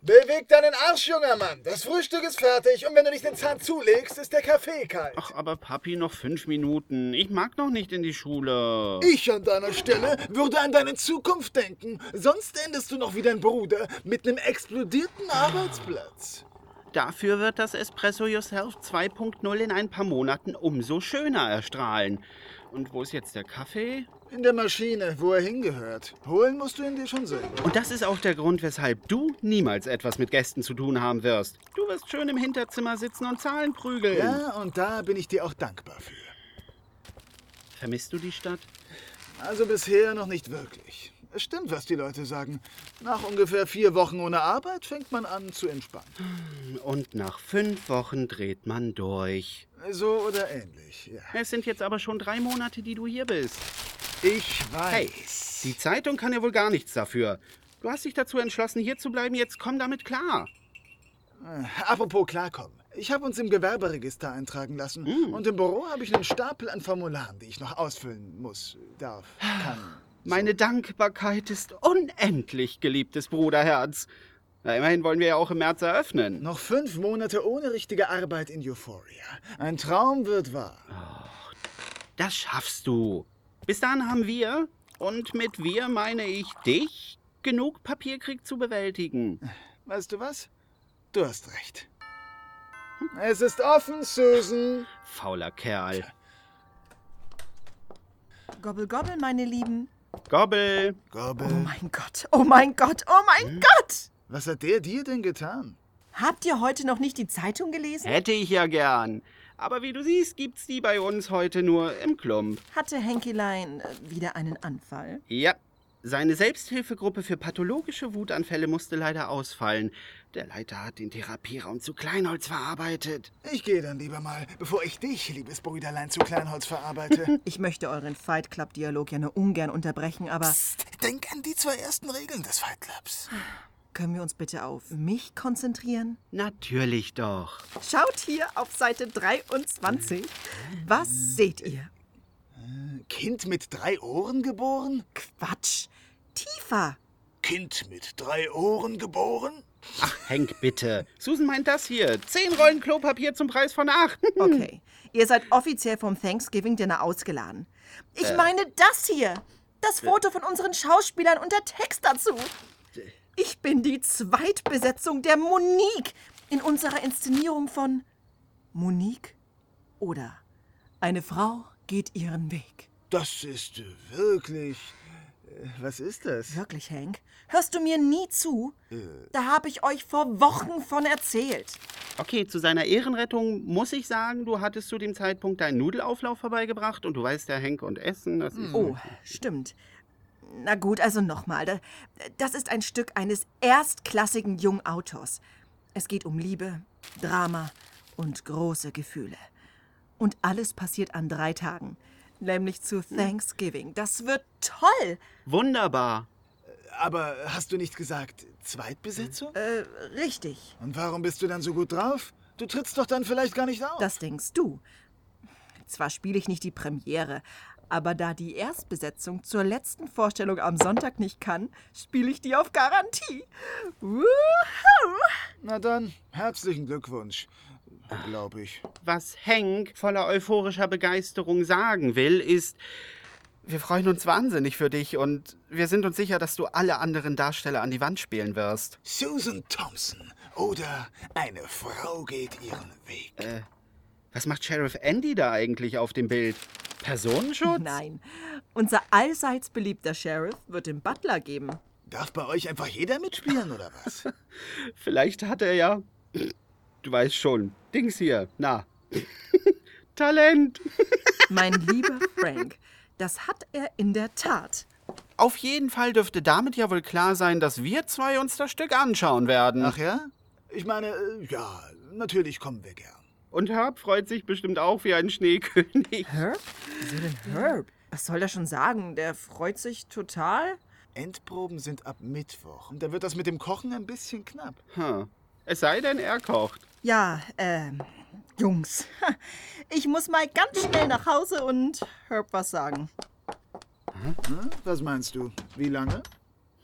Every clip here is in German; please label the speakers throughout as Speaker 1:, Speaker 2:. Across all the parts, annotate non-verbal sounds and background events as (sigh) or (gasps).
Speaker 1: Beweg deinen Arsch, junger Mann. Das Frühstück ist fertig und wenn du nicht den Zahn zulegst, ist der Kaffee kalt.
Speaker 2: Ach, aber Papi, noch fünf Minuten. Ich mag noch nicht in die Schule.
Speaker 3: Ich an deiner Stelle würde an deine Zukunft denken. Sonst endest du noch wie dein Bruder mit einem explodierten Arbeitsplatz.
Speaker 2: Dafür wird das Espresso Yourself 2.0 in ein paar Monaten umso schöner erstrahlen. Und wo ist jetzt der Kaffee?
Speaker 3: In der Maschine, wo er hingehört. Holen musst du ihn dir schon selber.
Speaker 2: Und das ist auch der Grund, weshalb du niemals etwas mit Gästen zu tun haben wirst. Du wirst schön im Hinterzimmer sitzen und Zahlen prügeln.
Speaker 3: Ja, und da bin ich dir auch dankbar für.
Speaker 2: Vermisst du die Stadt?
Speaker 3: Also bisher noch nicht wirklich. Es stimmt, was die Leute sagen. Nach ungefähr vier Wochen ohne Arbeit fängt man an zu entspannen.
Speaker 2: Und nach fünf Wochen dreht man durch.
Speaker 3: So oder ähnlich, ja.
Speaker 2: Es sind jetzt aber schon drei Monate, die du hier bist.
Speaker 3: Ich
Speaker 2: Hey,
Speaker 3: weiß.
Speaker 2: die Zeitung kann ja wohl gar nichts dafür. Du hast dich dazu entschlossen, hier zu bleiben. Jetzt komm damit klar.
Speaker 3: Äh, Apropos klarkommen. Ich habe uns im Gewerberegister eintragen lassen
Speaker 2: Hm.
Speaker 3: und im Büro habe ich einen Stapel an Formularen, die ich noch ausfüllen muss, darf,
Speaker 2: Ah.
Speaker 3: kann.
Speaker 2: Meine Dankbarkeit ist unendlich, geliebtes Bruderherz. Na, immerhin wollen wir ja auch im März eröffnen.
Speaker 3: Noch fünf Monate ohne richtige Arbeit in Euphoria. Ein Traum wird wahr.
Speaker 2: Das schaffst du. Bis dahin haben wir, und mit wir meine ich dich, genug Papierkrieg zu bewältigen.
Speaker 3: Weißt du was? Du hast recht. Es ist offen, Susan.
Speaker 2: Hm? Fauler Kerl.
Speaker 4: Gobbel, gobbel, meine Lieben.
Speaker 2: Gobbel.
Speaker 4: Oh
Speaker 3: Gobbel,
Speaker 4: mein Gott, oh mein Gott, oh mein Gott!
Speaker 3: Hm? was hat der dir denn getan?
Speaker 4: Habt ihr heute noch nicht die Zeitung gelesen?
Speaker 2: Hätte ich ja gern. Aber wie du siehst, gibt's die bei uns heute nur im Klump.
Speaker 4: Hatte Henkelein äh, wieder einen Anfall?
Speaker 2: Ja. Seine Selbsthilfegruppe für pathologische Wutanfälle musste leider ausfallen. Der Leiter hat den Therapieraum zu Kleinholz verarbeitet.
Speaker 3: Ich gehe dann lieber mal, bevor ich dich, liebes Brüderlein, zu Kleinholz verarbeite.
Speaker 4: (laughs) Ich möchte euren Fight Club-Dialog ja nur ungern unterbrechen, aber
Speaker 3: Psst, denk an die zwei ersten Regeln des Fight Clubs.
Speaker 4: können wir uns bitte auf mich konzentrieren?
Speaker 2: Natürlich doch.
Speaker 4: Schaut hier auf Seite 23. Was seht ihr?
Speaker 3: Hm. Äh, Kind mit drei Ohren geboren?
Speaker 4: Quatsch. Tiefer.
Speaker 3: Kind mit drei Ohren geboren?
Speaker 2: Ach, Henk, bitte.
Speaker 4: (laughs)
Speaker 2: Susan meint das hier. Zehn Rollen Klopapier zum Preis von acht. (laughs)
Speaker 4: Okay. Ihr seid offiziell vom Thanksgiving-Dinner ausgeladen. Ich meine das hier. Das Foto von unseren Schauspielern und der Text dazu. Ich bin die Zweitbesetzung der Monique in unserer Inszenierung von Monique oder Eine Frau geht ihren Weg.
Speaker 3: Das ist wirklich. äh, Was ist das?
Speaker 4: Wirklich, Hank? Hörst du mir nie zu? Da habe ich euch vor Wochen von erzählt.
Speaker 2: Okay, zu seiner Ehrenrettung muss ich sagen, du hattest zu dem Zeitpunkt deinen Nudelauflauf vorbeigebracht und du weißt ja, Henk und Essen, das ist...
Speaker 4: Oh, stimmt. Na gut, also nochmal. Da- Das ist ein Stück eines erstklassigen Jungautors. Es geht um Liebe, Drama und große Gefühle. Und alles passiert an drei Tagen, nämlich zu Thanksgiving. Das wird toll.
Speaker 2: Wunderbar.
Speaker 3: Äh, Aber hast du nicht gesagt, Zweitbesetzung?
Speaker 4: Äh, richtig,
Speaker 3: Und warum bist du dann so gut drauf? Du trittst doch dann vielleicht gar nicht auf.
Speaker 4: das denkst du. Zwar spiele ich nicht die Premiere, aber da die Erstbesetzung zur letzten Vorstellung am Sonntag nicht kann, spiele ich die auf Garantie. Woohoo!
Speaker 3: Na dann, herzlichen Glückwunsch, glaube ich.
Speaker 2: Was Henk voller euphorischer Begeisterung sagen will, ist, wir freuen uns wahnsinnig für dich und wir sind uns sicher, dass du alle anderen Darsteller an die Wand spielen wirst.
Speaker 3: Susan Thompson oder eine Frau geht ihren Weg.
Speaker 2: Äh, Was macht Sheriff Andy da eigentlich auf dem Bild? Personenschutz?
Speaker 4: Nein. Unser allseits beliebter Sheriff wird den Butler geben.
Speaker 3: Darf bei euch einfach jeder mitspielen oder was?
Speaker 2: Vielleicht hat er ja. Du weißt schon. Dings hier. Na. (laughs) Talent.
Speaker 4: Mein lieber Frank, das hat er in der Tat.
Speaker 2: Auf jeden Fall dürfte damit ja wohl klar sein, dass wir zwei uns das Stück anschauen werden.
Speaker 3: Ach ja? Ich meine, äh, ja, natürlich kommen wir gern.
Speaker 2: Und Herb freut sich bestimmt auch wie ein Schneekönig.
Speaker 4: Herb? Wieso denn Herb? Was soll der schon sagen? Der freut sich total?
Speaker 3: Endproben sind ab Mittwoch. Und da wird das mit dem Kochen ein bisschen knapp.
Speaker 2: Hm. Es sei denn, er kocht.
Speaker 4: (laughs) Ja, ähm, Jungs. (laughs) ha, Ich muss mal ganz schnell nach Hause und Herb was sagen.
Speaker 3: Hm? Was meinst du? Wie lange?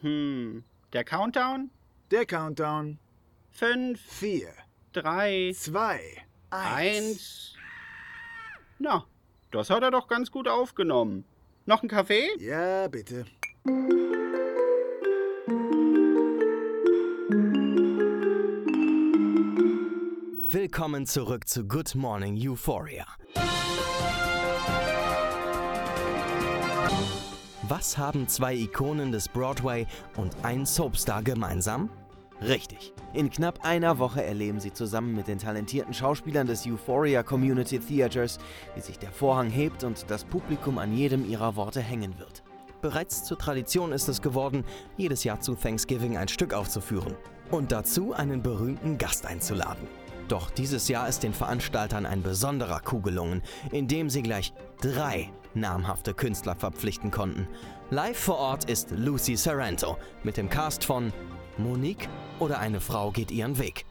Speaker 2: Hm. Der Countdown?
Speaker 3: Der Countdown.
Speaker 2: fünf,
Speaker 3: Vier,
Speaker 2: drei,
Speaker 3: zwei, eins.
Speaker 2: eins. Na, das hat er doch ganz gut aufgenommen. Noch ein Kaffee?
Speaker 3: Ja, bitte.
Speaker 5: Willkommen zurück zu Good Morning Euphoria. Was haben zwei Ikonen des Broadway und ein Soapstar gemeinsam? Richtig. In knapp einer Woche erleben sie zusammen mit den talentierten Schauspielern des Euphoria Community Theaters, wie sich der Vorhang hebt und das Publikum an jedem ihrer Worte hängen wird. Bereits zur Tradition ist es geworden, jedes Jahr zu Thanksgiving ein Stück aufzuführen und dazu einen berühmten Gast einzuladen. Doch dieses Jahr ist den Veranstaltern ein besonderer Coup gelungen, indem sie gleich drei namhafte Künstler verpflichten konnten. Live vor Ort ist Lucy Sorrento mit dem Cast von Monique oder eine Frau geht ihren Weg.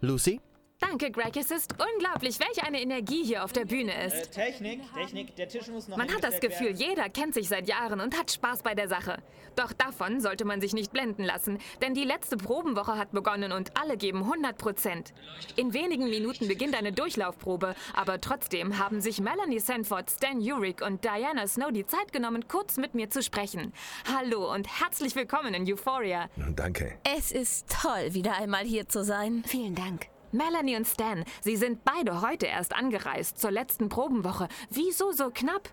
Speaker 5: Lucy?
Speaker 6: Danke, Greg. Es ist unglaublich, welch eine Energie hier auf der Bühne
Speaker 7: Äh,
Speaker 6: ist.
Speaker 7: Technik, Technik, der Tisch muss noch
Speaker 6: Man hat das
Speaker 7: eingestellt
Speaker 6: Gefühl,
Speaker 7: werden.
Speaker 6: jeder kennt sich seit Jahren und hat Spaß bei der Sache. Doch davon sollte man sich nicht blenden lassen, denn die letzte Probenwoche hat begonnen und alle geben 100 Prozent. In wenigen Minuten beginnt eine Durchlaufprobe, aber trotzdem haben sich Melanie Sanford, Stan Urick und Diana Snow die Zeit genommen, kurz mit mir zu sprechen. Hallo und herzlich willkommen in Euphoria.
Speaker 8: Danke.
Speaker 9: Es ist toll, wieder einmal hier zu sein. Vielen Dank.
Speaker 6: Melanie und Stan, Sie sind beide heute erst angereist zur letzten Probenwoche. Wieso so knapp?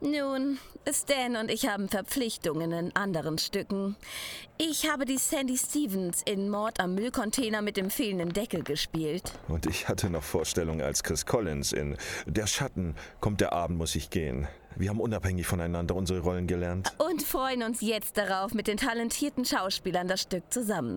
Speaker 9: Nun, Stan und ich haben Verpflichtungen in anderen Stücken. Ich habe die Sandy Stevens in Mord am Müllcontainer mit dem fehlenden Deckel gespielt.
Speaker 8: Und ich hatte noch Vorstellungen als Chris Collins in Der Schatten kommt der Abend, muss ich gehen. Wir haben unabhängig voneinander unsere Rollen gelernt.
Speaker 9: Und freuen uns jetzt darauf, mit den talentierten Schauspielern das Stück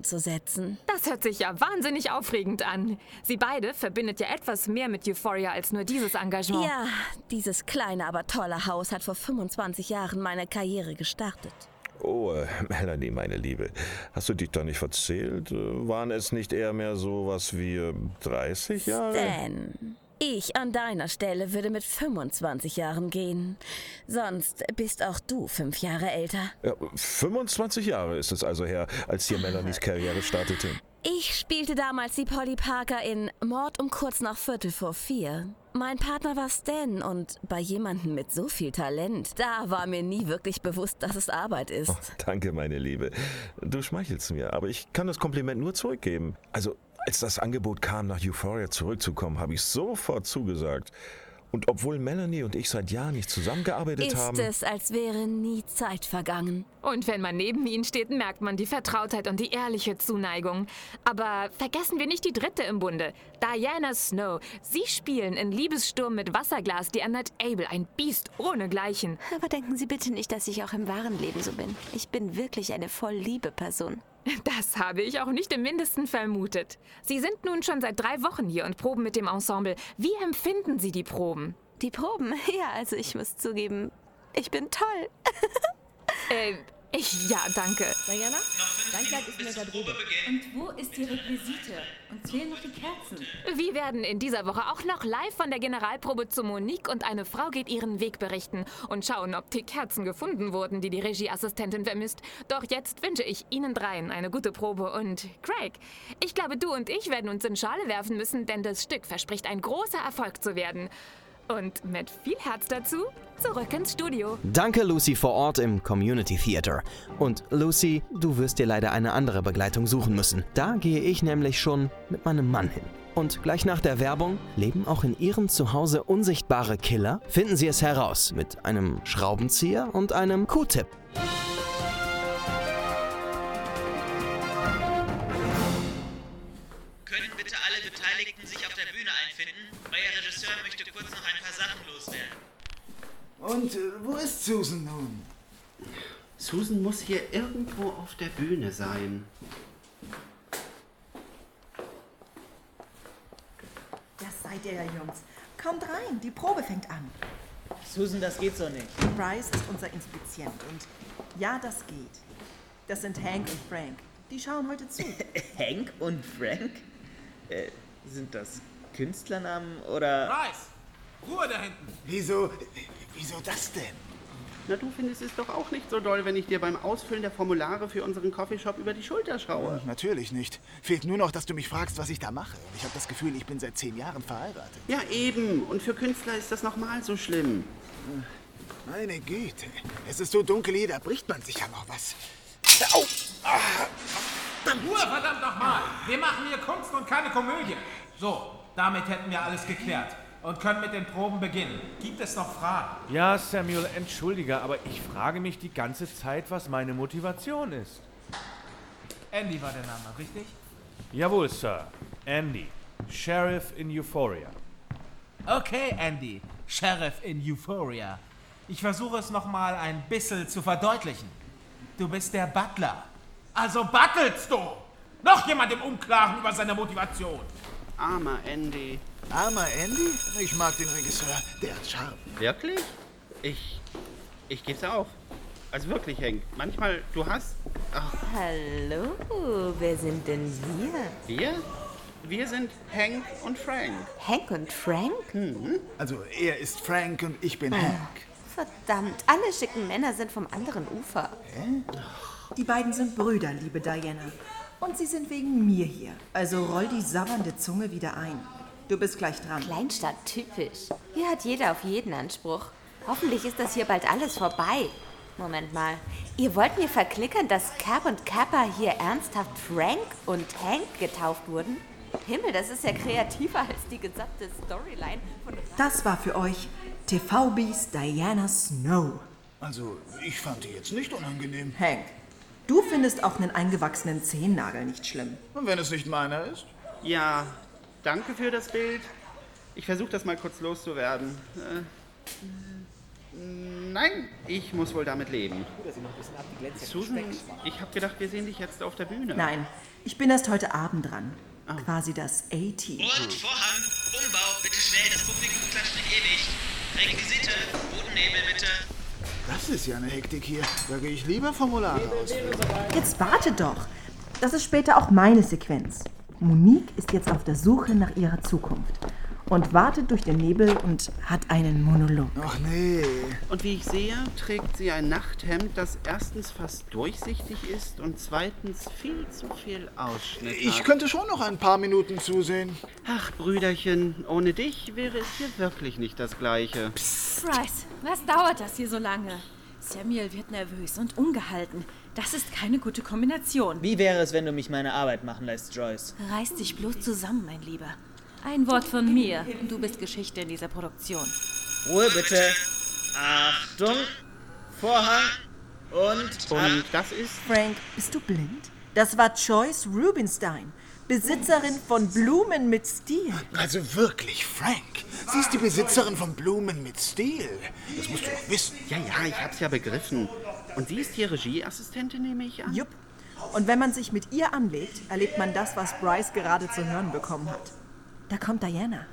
Speaker 9: zusammenzusetzen.
Speaker 6: Das hört sich ja wahnsinnig aufregend an. Sie beide verbindet ja etwas mehr mit Euphoria als nur dieses Engagement.
Speaker 9: Ja, dieses kleine, aber tolle Haus hat vor 25 Jahren meine Karriere gestartet.
Speaker 8: Oh, äh, Melanie, meine Liebe, hast du dich doch nicht verzählt? Äh, Waren es nicht eher mehr so was wie äh, 30 Jahre?
Speaker 9: Stan, ich an deiner Stelle würde mit 25 Jahren gehen. Sonst bist auch du fünf Jahre älter.
Speaker 8: Ja, 25 Jahre ist es also her, als hier Melanies Karriere startete.
Speaker 9: Ich spielte damals die Polly Parker in Mord um kurz nach Viertel vor vier. Mein Partner war Stan und bei jemandem mit so viel Talent, da war mir nie wirklich bewusst, dass es Arbeit ist.
Speaker 8: (laughs) Danke, meine Liebe. Du schmeichelst mir, aber ich kann das Kompliment nur zurückgeben. Also, als das Angebot kam, nach Euphoria zurückzukommen, habe ich sofort zugesagt. Und obwohl Melanie und ich seit Jahren nicht zusammengearbeitet haben.
Speaker 9: Ist es, als wäre nie Zeit vergangen.
Speaker 6: Und wenn man neben ihnen steht, merkt man die Vertrautheit und die ehrliche Zuneigung. Aber vergessen wir nicht die dritte im Bunde, Diana Snow. Sie spielen in Liebessturm mit Wasserglas die Annette Abel, ein Biest ohnegleichen.
Speaker 10: Aber denken Sie bitte nicht, dass ich auch im wahren Leben so bin. Ich bin wirklich eine voll liebe Person.
Speaker 6: Das habe ich auch nicht im mindesten vermutet. Sie sind nun schon seit drei Wochen hier und proben mit dem Ensemble. Wie empfinden Sie die Proben?
Speaker 10: Die Proben, (laughs) ja, also ich muss zugeben, ich bin
Speaker 6: (laughs)
Speaker 10: toll.
Speaker 6: Äh, ich, ja, danke.
Speaker 11: Diana, dein Kleid ist in der Garderobe. Und wo ist die Requisite? Uns fehlen noch die Kerzen.
Speaker 6: Wir werden in dieser Woche auch noch live von der Generalprobe zu Monique und eine Frau geht ihren Weg berichten und schauen, ob die Kerzen gefunden wurden, die die Regieassistentin vermisst. Doch jetzt wünsche ich Ihnen dreien eine gute Probe und Craig, ich glaube, du und ich werden uns in Schale werfen müssen, denn das Stück verspricht ein großer Erfolg zu werden. Und mit viel Herz dazu, zurück ins Studio.
Speaker 5: Danke Lucy vor Ort im Community Theater. Und Lucy, du wirst dir leider eine andere Begleitung suchen müssen. Da gehe ich nämlich schon mit meinem Mann hin. Und gleich nach der Werbung leben auch in ihrem Zuhause unsichtbare Killer? Finden Sie es heraus mit einem Schraubenzieher und einem Q-Tip.
Speaker 7: Können bitte alle Beteiligten sich auf der Bühne einfinden? Euer Regisseur möchte kurz noch ein paar Sachen loswerden.
Speaker 3: Und äh, wo ist Susan nun?
Speaker 2: Susan muss hier irgendwo auf der Bühne sein.
Speaker 4: Das seid ihr ja, Jungs. Kommt rein, die Probe fängt an.
Speaker 7: Susan, das geht so nicht.
Speaker 4: Bryce ist unser Inspizient und ja, das geht. Das sind Hank und Frank. Die schauen heute
Speaker 7: (laughs)
Speaker 4: zu.
Speaker 7: Hank und Frank? Äh, sind das Künstlernamen oder...
Speaker 3: Wieso, wieso das denn?
Speaker 2: Na, du findest es doch auch nicht so doll, wenn ich dir beim Ausfüllen der Formulare für unseren Coffeeshop über die Schulter schaue.
Speaker 3: Natürlich nicht. Fehlt nur noch, dass du mich fragst, was ich da mache. Ich habe das Gefühl, ich bin seit zehn Jahren verheiratet.
Speaker 2: Ja, eben. Und für Künstler ist das nochmal so schlimm.
Speaker 3: Meine Güte. Es ist so dunkel hier, da bricht man sich ja noch was. Au! Ah.
Speaker 12: Ruhe, verdammt nochmal! Wir machen hier Kunst und keine Komödie. So, damit hätten wir alles geklärt und können mit den Proben beginnen. Gibt es noch Fragen?
Speaker 13: Ja, Samuel, entschuldige, aber ich frage mich die ganze Zeit, was meine Motivation ist.
Speaker 12: Andy war der Name, richtig?
Speaker 13: Jawohl, Sir. Andy, Sheriff in Euphoria.
Speaker 12: Okay, Andy, Sheriff in Euphoria. Ich versuche es nochmal ein bisschen zu verdeutlichen. Du bist der Butler. Also battelst du! Noch jemand im Unklaren über seine Motivation.
Speaker 2: Armer Andy.
Speaker 3: Armer Andy? Ich mag den Regisseur. Der ist scharf.
Speaker 2: Wirklich? Ich. Ich geb's auf. Also wirklich, Henk. Manchmal, du hast. Ach,
Speaker 14: Hallo, wer sind denn wir?
Speaker 2: wir? Wir sind Hank und Frank.
Speaker 14: Hank und Frank? Ah.
Speaker 3: Also, er ist Frank und ich bin Hank.
Speaker 10: Verdammt, alle schicken Männer sind vom anderen Ufer.
Speaker 4: Die beiden sind Brüder, liebe Diana. Und sie sind wegen mir hier. Also roll die sabbernde Zunge wieder ein. Du bist gleich dran.
Speaker 10: Kleinstadt, typisch. Hier hat jeder auf jeden Anspruch. Hoffentlich ist das hier bald alles vorbei. Moment mal. Ihr wollt mir verklickern, dass Cap und Kappa hier ernsthaft Frank und Hank getauft wurden? Himmel, das ist ja kreativer als die gesamte Storyline von
Speaker 4: Das war für euch TV-Bies Diana Snow.
Speaker 3: Also, ich fand die jetzt nicht unangenehm.
Speaker 4: Hank, du findest auch einen eingewachsenen Zehennagel nicht schlimm.
Speaker 3: Und wenn es nicht meiner ist?
Speaker 2: Ja, danke für das Bild. Ich versuche das mal kurz loszuwerden. Äh, nein, ich muss wohl damit leben. Susan, ich habe gedacht, wir sehen dich jetzt auf der Bühne.
Speaker 4: Nein, ich bin erst heute Abend dran.
Speaker 3: Ah.
Speaker 4: Quasi das A-Team.
Speaker 7: Und Vorhang, Umbau, bitte schnell, das Publikum klatscht eh nicht ewig. Requisite, Bodennebel bitte.
Speaker 3: Das ist ja eine Hektik hier. Da gehe ich lieber Formulare aus.
Speaker 4: Jetzt warte doch. Das ist später auch meine Sequenz. Monique ist jetzt auf der Suche nach ihrer Zukunft und wartet durch den Nebel und hat einen Monolog.
Speaker 3: Ach nee.
Speaker 2: Und wie ich sehe, trägt sie ein Nachthemd, das erstens fast durchsichtig ist und zweitens viel zu viel Ausschnitt
Speaker 3: Ich
Speaker 2: hat.
Speaker 3: könnte schon noch ein paar Minuten zusehen.
Speaker 2: Ach, Brüderchen, ohne dich wäre es hier wirklich nicht das Gleiche.
Speaker 11: Bryce, was dauert das hier so lange? Samuel wird nervös und ungehalten. Das ist keine gute Kombination.
Speaker 7: Wie wäre es, wenn du mich meine Arbeit machen lässt, Joyce?
Speaker 11: Reiß dich bloß zusammen, mein Lieber. Ein Wort von mir. Du bist Geschichte in dieser Produktion.
Speaker 7: Ruhe bitte. Achtung. Vorhang.
Speaker 2: Und, und das ist
Speaker 4: Frank, bist du blind? Das war Joyce Rubinstein, Besitzerin von Blumen mit Stil.
Speaker 3: Also wirklich, Frank. Sie ist die Besitzerin von Blumen mit Stil. Das musst du doch wissen.
Speaker 2: Ja, ja, ich hab's ja begriffen. Und sie ist hier Regieassistentin, nehme ich an?
Speaker 4: Jupp. Und wenn man sich mit ihr anlegt, erlebt man das, was Bryce gerade zu hören bekommen hat. Da kommt Diana.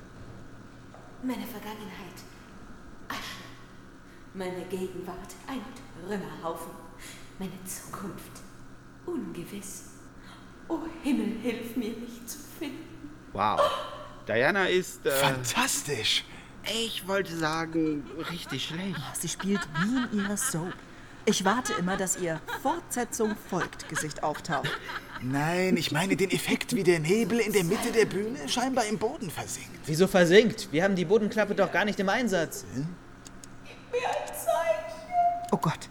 Speaker 10: Meine Vergangenheit. Asche. Meine Gegenwart. Ein Trümmerhaufen. Meine Zukunft. Ungewiss. Oh Himmel, hilf mir, mich zu finden.
Speaker 2: Wow. Diana ist... Äh,
Speaker 3: Fantastisch.
Speaker 2: Ich wollte sagen, richtig schlecht.
Speaker 4: Ah, Sie spielt wie in ihrer Soap. Ich warte immer, dass ihr Fortsetzung folgt Gesicht auftaucht.
Speaker 3: Nein, ich meine den Effekt, wie der Nebel in der Mitte der Bühne scheinbar im Boden versinkt.
Speaker 7: Wieso versinkt? Wir haben die Bodenklappe doch gar nicht im Einsatz.
Speaker 4: Oh Gott.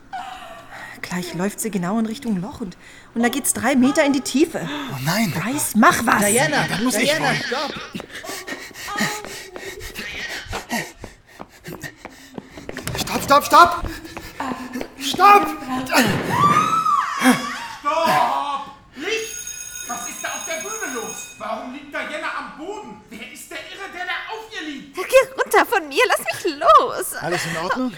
Speaker 4: Gleich läuft sie genau in Richtung Loch und, und da geht's drei Meter in die Tiefe.
Speaker 3: Oh nein.
Speaker 4: Bryce, mach was!
Speaker 7: Diana,
Speaker 3: muss ich
Speaker 7: Diana,
Speaker 3: wohl.
Speaker 7: stopp!
Speaker 3: Stopp, stopp, stopp! Stopp!
Speaker 12: Stopp! Licht! Was ist da auf der Bühne los? Warum liegt Diana am Boden? Wer ist der Irre, der da auf ihr liegt?
Speaker 10: Geh runter von mir, lass mich los.
Speaker 3: Alles in Ordnung?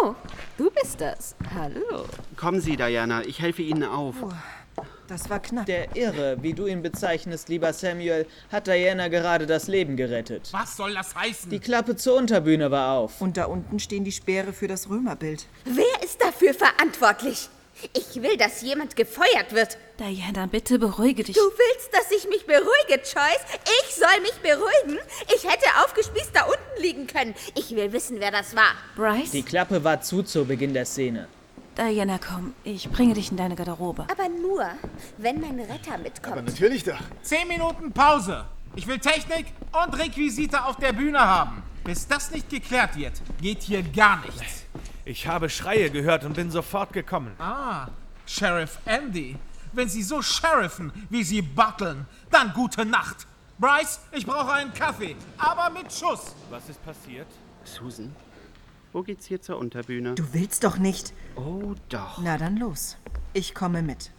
Speaker 10: Oh, du bist das. Hallo.
Speaker 2: Kommen Sie, Diana, ich helfe Ihnen auf.
Speaker 4: Das war knapp.
Speaker 7: Der Irre, wie du ihn bezeichnest, lieber Samuel, hat Diana gerade das Leben gerettet.
Speaker 12: Was soll das heißen?
Speaker 7: Die Klappe zur Unterbühne war auf.
Speaker 4: Und da unten stehen die Speere für das Römerbild.
Speaker 10: Wer ist dafür verantwortlich?
Speaker 14: Ich will, dass jemand gefeuert wird.
Speaker 11: Diana, bitte beruhige dich.
Speaker 14: Du willst, dass ich mich beruhige, Choice? Ich soll mich beruhigen? Ich hätte aufgespießt da unten liegen können. Ich will wissen, wer das war.
Speaker 11: Bryce?
Speaker 7: Die Klappe war zu zu Beginn der Szene.
Speaker 11: Diana, komm, ich bringe dich in deine Garderobe.
Speaker 14: Aber nur, wenn mein Retter mitkommt.
Speaker 3: natürlich doch.
Speaker 12: Zehn Minuten Pause. Ich will Technik und Requisite auf der Bühne haben. Bis das nicht geklärt wird, geht hier gar nichts.
Speaker 13: Ich habe Schreie gehört und bin sofort gekommen.
Speaker 12: Ah, Sheriff Andy. Wenn Sie so sheriffen, wie Sie butteln, dann gute Nacht. Bryce, ich brauche einen Kaffee, aber mit Schuss.
Speaker 13: Was ist passiert?
Speaker 2: Susan, wo geht's hier zur Unterbühne?
Speaker 4: Du willst doch nicht.
Speaker 2: Oh, doch.
Speaker 4: Na dann los. Ich komme mit.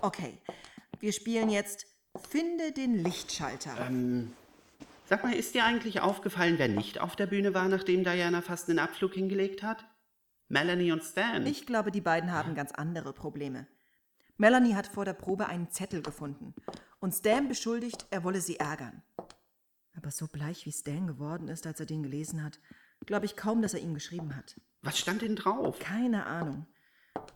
Speaker 4: Okay, wir spielen jetzt Finde den Lichtschalter.
Speaker 2: Ähm, sag mal, ist dir eigentlich aufgefallen, wer nicht auf der Bühne war, nachdem Diana fast einen Abflug hingelegt hat? Melanie und Stan.
Speaker 4: Ich glaube, die beiden haben ganz andere Probleme. Melanie hat vor der Probe einen Zettel gefunden und Stan beschuldigt, er wolle sie ärgern. Aber so bleich wie Stan geworden ist, als er den gelesen hat, glaube ich kaum, dass er ihm geschrieben hat.
Speaker 2: Was stand denn drauf?
Speaker 4: Keine Ahnung.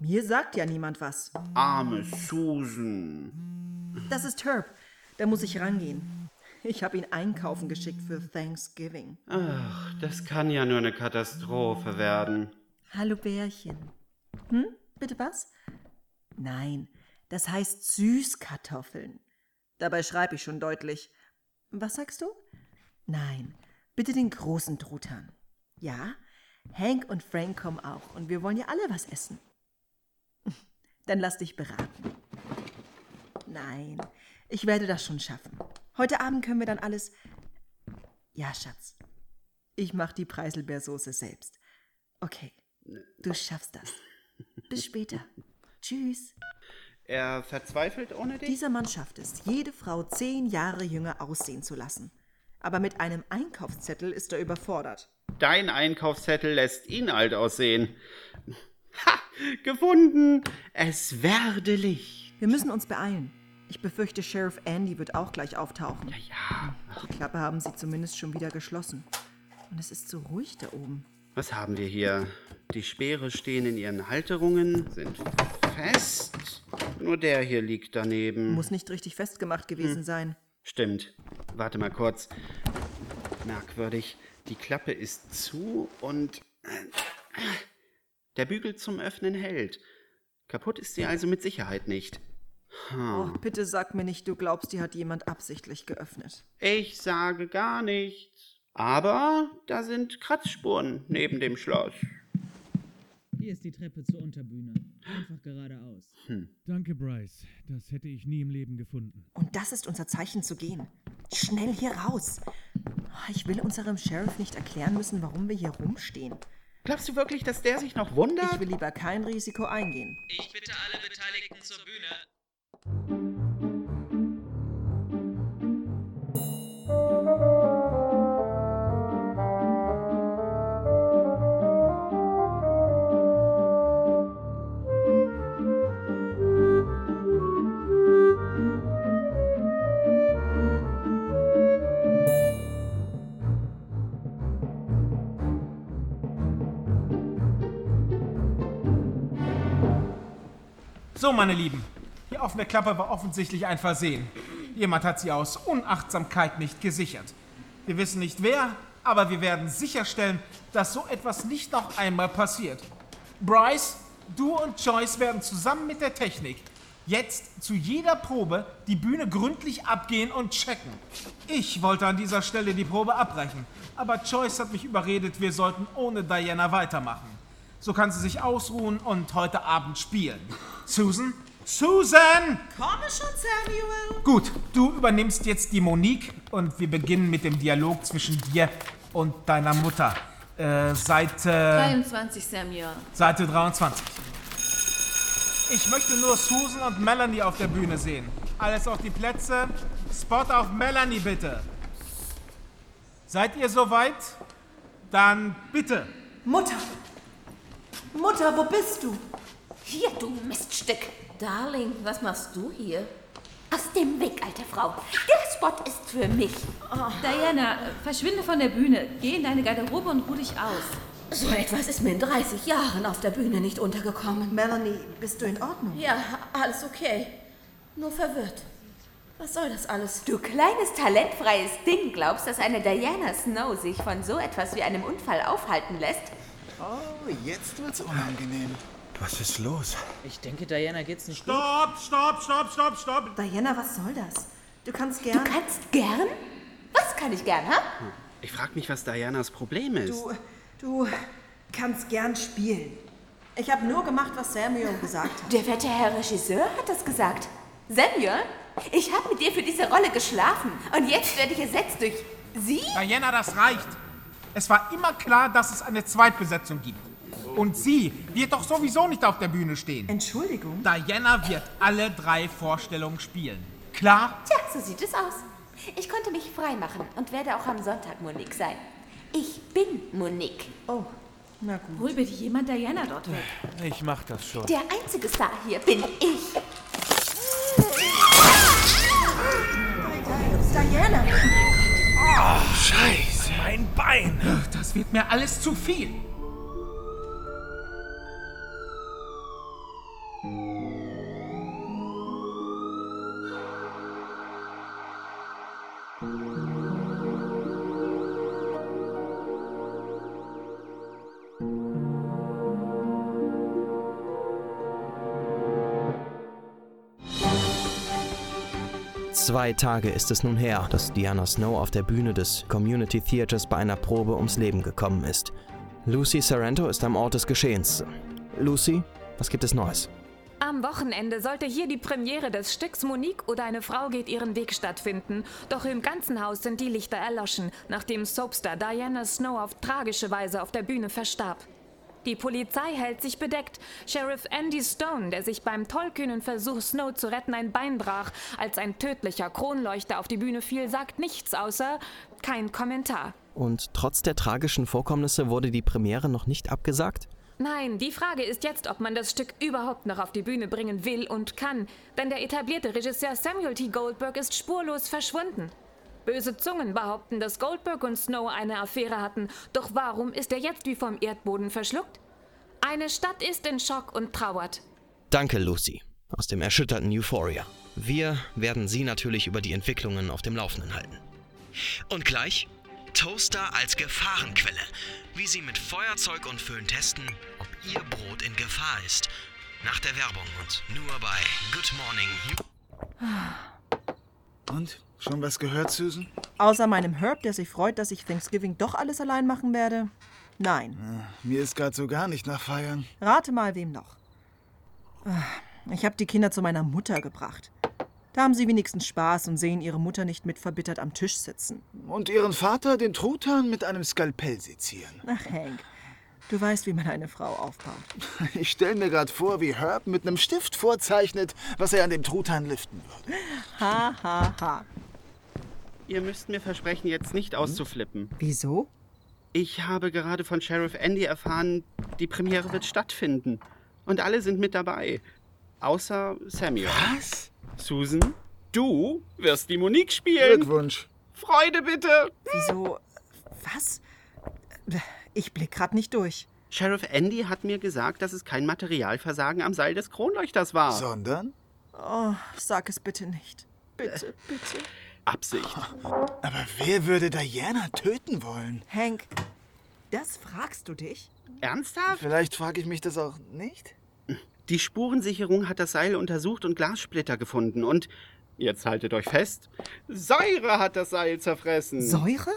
Speaker 4: Mir sagt ja niemand was.
Speaker 2: Arme Susan.
Speaker 4: Das ist Herb. Da muss ich rangehen. Ich habe ihn einkaufen geschickt für Thanksgiving.
Speaker 2: Ah. Ach, das kann ja nur eine Katastrophe werden.
Speaker 4: Hallo Bärchen. Hm? Bitte was? Nein, das heißt Süßkartoffeln. Dabei schreibe ich schon deutlich. Was sagst du? Nein, bitte den großen Truthahn. Ja? Hank und Frank kommen auch und wir wollen ja alle was essen. Dann lass dich beraten. Nein, ich werde das schon schaffen. Heute Abend können wir dann alles. Ja, Schatz. Ich mache die Preiselbeersoße selbst. Okay, du schaffst das.
Speaker 2: (laughs)
Speaker 4: Bis später. Tschüss.
Speaker 2: Er verzweifelt ohne dich?
Speaker 4: Dieser Mann schafft es, jede Frau zehn Jahre jünger aussehen zu lassen. Aber mit einem Einkaufszettel ist er überfordert.
Speaker 2: Dein Einkaufszettel lässt ihn alt aussehen. Ha! Gefunden! Es werde Licht.
Speaker 4: Wir müssen uns beeilen. Ich befürchte, Sheriff Andy wird auch gleich auftauchen. Ja,
Speaker 2: ja.
Speaker 4: Die Klappe haben sie zumindest schon wieder geschlossen. Und es ist so ruhig da oben.
Speaker 2: Was haben wir hier? Die Speere stehen in ihren Halterungen, sind fest. Nur der hier liegt daneben.
Speaker 4: Muss nicht richtig festgemacht
Speaker 2: Hm.
Speaker 4: gewesen sein.
Speaker 2: Stimmt. Warte mal kurz. Merkwürdig. Die Klappe ist zu und äh, der Bügel zum Öffnen hält. Kaputt ist sie also mit Sicherheit nicht.
Speaker 4: Oh,
Speaker 2: Hm.
Speaker 4: bitte sag mir nicht, du glaubst, die hat jemand absichtlich geöffnet.
Speaker 2: Ich sage gar nichts. Aber da sind Kratzspuren neben dem Schloss.
Speaker 7: Hier ist die Treppe zur Unterbühne. Einfach geradeaus.
Speaker 13: Hm.
Speaker 15: Danke, Bryce. Das hätte ich nie im Leben gefunden.
Speaker 4: Und das ist unser Zeichen zu gehen. Schnell hier raus. Ich will unserem Sheriff nicht erklären müssen, warum wir hier rumstehen.
Speaker 2: Glaubst du wirklich, dass der sich noch wundert?
Speaker 4: Ich will lieber kein Risiko eingehen.
Speaker 7: Ich bitte alle Beteiligten zur Bühne.
Speaker 12: So, meine Lieben, die offene Klappe war offensichtlich ein Versehen. Jemand hat sie aus Unachtsamkeit nicht gesichert. Wir wissen nicht wer, aber wir werden sicherstellen, dass so etwas nicht noch einmal passiert. Bryce, du und Joyce werden zusammen mit der Technik jetzt zu jeder Probe die Bühne gründlich abgehen und checken. Ich wollte an dieser Stelle die Probe abbrechen, aber Joyce hat mich überredet, wir sollten ohne Diana weitermachen. So kann sie sich ausruhen und heute Abend spielen. Susan? Susan!
Speaker 4: Komme schon, Samuel!
Speaker 12: Gut, du übernimmst jetzt die Monique und wir beginnen mit dem Dialog zwischen dir und deiner Mutter. Äh, Seite,
Speaker 11: 23 Samuel.
Speaker 12: Seite 23. Ich möchte nur Susan und Melanie auf der Bühne sehen. Alles auf die Plätze. Spot auf Melanie bitte. Seid ihr soweit? Dann bitte.
Speaker 4: Mutter! Mutter, wo bist du?
Speaker 14: Hier, du Miststück.
Speaker 9: Darling, was machst du hier?
Speaker 14: Aus dem Weg, alte Frau. Der Spot ist für mich.
Speaker 11: Diana, verschwinde von der Bühne. Geh in deine Garderobe und ruh dich aus.
Speaker 9: So etwas ist mir in 30 Jahren auf der Bühne nicht untergekommen.
Speaker 4: Melanie, bist du in Ordnung?
Speaker 9: Ja, alles okay. Nur verwirrt. Was soll das alles?
Speaker 10: Du kleines talentfreies Ding, glaubst, dass eine Diana Snow sich von so etwas wie einem Unfall aufhalten lässt?
Speaker 3: Oh, jetzt wird's unangenehm.
Speaker 8: Was ist los?
Speaker 16: Ich denke, Diana geht's nicht
Speaker 12: Stopp, stopp, stopp, stopp, stopp.
Speaker 4: Diana, was soll das? Du kannst gern. Du
Speaker 10: kannst gern? Was kann ich gern, ha?
Speaker 2: Ich frag mich, was Dianas Problem ist.
Speaker 4: Du, du kannst gern spielen. Ich habe nur gemacht, was Samuel gesagt hat.
Speaker 10: Der werte Herr Regisseur hat das gesagt. Samuel, ich habe mit dir für diese Rolle geschlafen und jetzt werde ich ersetzt durch sie?
Speaker 12: Diana, das reicht. Es war immer klar, dass es eine Zweitbesetzung gibt. Und sie wird doch sowieso nicht auf der Bühne stehen.
Speaker 4: Entschuldigung?
Speaker 12: Diana wird alle drei Vorstellungen spielen. Klar?
Speaker 10: Tja, so sieht es aus. Ich konnte mich freimachen und werde auch am Sonntag Monique sein. Ich bin Monique.
Speaker 4: Oh, na gut.
Speaker 11: Hol bitte jemand Diana dort weg.
Speaker 13: Ich mach das schon.
Speaker 10: Der einzige Star hier bin ich.
Speaker 4: Diana!
Speaker 12: Oh, Scheiße. Mein Bein. Ach, Das wird mir alles zu viel.
Speaker 5: Zwei Tage ist es nun her, dass Diana Snow auf der Bühne des Community Theaters bei einer Probe ums Leben gekommen ist. Lucy Sorrento ist am Ort des Geschehens. Lucy, was gibt es Neues?
Speaker 6: Am Wochenende sollte hier die Premiere des Stücks Monique oder eine Frau geht ihren Weg stattfinden. Doch im ganzen Haus sind die Lichter erloschen, nachdem Soapstar Diana Snow auf tragische Weise auf der Bühne verstarb. Die Polizei hält sich bedeckt. Sheriff Andy Stone, der sich beim tollkühnen Versuch, Snow zu retten, ein Bein brach, als ein tödlicher Kronleuchter auf die Bühne fiel, sagt nichts außer kein Kommentar.
Speaker 5: Und trotz der tragischen Vorkommnisse wurde die Premiere noch nicht abgesagt?
Speaker 6: Nein, die Frage ist jetzt, ob man das Stück überhaupt noch auf die Bühne bringen will und kann, denn der etablierte Regisseur Samuel T. Goldberg ist spurlos verschwunden. Böse Zungen behaupten, dass Goldberg und Snow eine Affäre hatten, doch warum ist er jetzt wie vom Erdboden verschluckt? Eine Stadt ist in Schock und trauert.
Speaker 5: Danke, Lucy, aus dem erschütterten Euphoria. Wir werden Sie natürlich über die Entwicklungen auf dem Laufenden halten. Und gleich Toaster als Gefahrenquelle. Wie Sie mit Feuerzeug und Föhn testen, ob Ihr Brot in Gefahr ist. Nach der Werbung und nur bei Good Morning
Speaker 3: Und? Schon was gehört, Susan?
Speaker 4: Außer meinem Herb, der sich freut, dass ich Thanksgiving doch alles allein machen werde? Nein.
Speaker 12: Hm.
Speaker 3: Mir ist gerade so gar nicht nach Feiern.
Speaker 4: Rate mal, wem noch. Ah, Ich habe die Kinder zu meiner Mutter gebracht. Da haben sie wenigstens Spaß und sehen ihre Mutter nicht mit verbittert am Tisch sitzen.
Speaker 3: Und ihren Vater den Truthahn mit einem Skalpell sezieren.
Speaker 4: Ach, Hank, du weißt, wie man eine Frau aufbaut.
Speaker 3: (laughs) Ich stelle mir gerade vor, wie Herb mit einem Stift vorzeichnet, was er an dem Truthahn liften würde.
Speaker 4: Ha, ha, ha.
Speaker 2: Ihr müsst mir versprechen, jetzt nicht auszuflippen.
Speaker 4: Wieso?
Speaker 2: Ich habe gerade von Sheriff Andy erfahren, die Premiere wird stattfinden. Und alle sind mit dabei. Außer Samuel.
Speaker 3: Was?
Speaker 2: Susan, du wirst die Monique spielen.
Speaker 3: Glückwunsch.
Speaker 2: Freude bitte.
Speaker 4: Wieso? Was? Ich blick grad nicht durch.
Speaker 2: Sheriff Andy hat mir gesagt, dass es kein Materialversagen am Seil des Kronleuchters war.
Speaker 3: Sondern?
Speaker 4: Oh, sag es bitte nicht. Bitte, bitte.
Speaker 2: Absicht.
Speaker 3: (gasps) Aber wer würde Diana töten wollen?
Speaker 4: Hank, das fragst du dich?
Speaker 2: Ernsthaft?
Speaker 3: Vielleicht frage ich mich das auch nicht.
Speaker 2: Die Spurensicherung hat das Seil untersucht und Glassplitter gefunden und jetzt haltet euch fest, Säure hat das Seil zerfressen.
Speaker 4: Säure?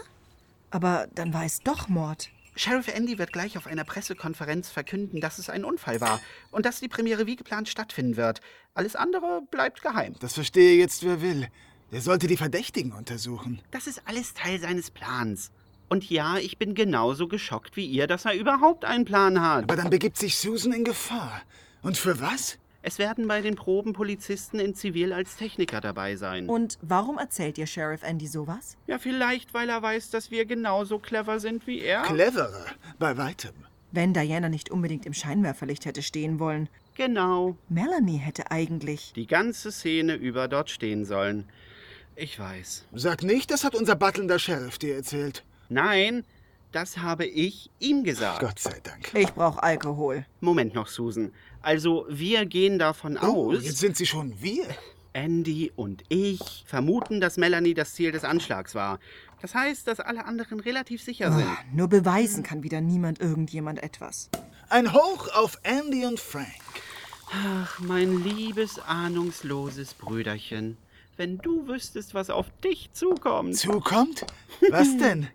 Speaker 4: Aber dann war es doch Mord.
Speaker 2: Sheriff Andy wird gleich auf einer Pressekonferenz verkünden, dass es ein Unfall war und dass die Premiere wie geplant stattfinden wird. Alles andere bleibt geheim.
Speaker 3: Das verstehe jetzt, wer will. Der sollte die Verdächtigen untersuchen.
Speaker 2: Das ist alles Teil seines Plans. Und ja, ich bin genauso geschockt wie ihr, dass er überhaupt einen Plan hat.
Speaker 3: Aber dann begibt sich Susan in Gefahr. Und für was?
Speaker 2: Es werden bei den Proben Polizisten in Zivil als Techniker dabei sein.
Speaker 4: Und warum erzählt dir Sheriff Andy sowas?
Speaker 2: ja, vielleicht, weil er weiß, dass wir genauso clever sind wie er.
Speaker 3: Cleverer, bei weitem.
Speaker 4: Wenn Diana nicht unbedingt im Scheinwerferlicht hätte stehen wollen,
Speaker 2: Genau.
Speaker 4: Melanie hätte eigentlich.
Speaker 2: Die ganze Szene über dort stehen sollen. Ich weiß.
Speaker 3: Sag nicht, das hat unser battelnder Sheriff dir erzählt.
Speaker 2: Nein, das habe ich ihm gesagt.
Speaker 3: Gott sei Dank.
Speaker 4: Ich brauche Alkohol.
Speaker 2: Moment noch, Susan. Also, wir gehen davon
Speaker 3: Oh,
Speaker 2: aus.
Speaker 3: jetzt sind sie schon wir.
Speaker 2: Andy und ich vermuten, dass Melanie das Ziel des Anschlags war. Das heißt, dass alle anderen relativ sicher sind.
Speaker 4: Ah, Nur beweisen kann wieder niemand irgendjemand etwas.
Speaker 3: Ein Hoch auf Andy und Frank.
Speaker 2: Ach, mein liebes, ahnungsloses Brüderchen. Wenn du wüsstest, was auf dich zukommt. Hm.
Speaker 3: Zukommt? Was denn?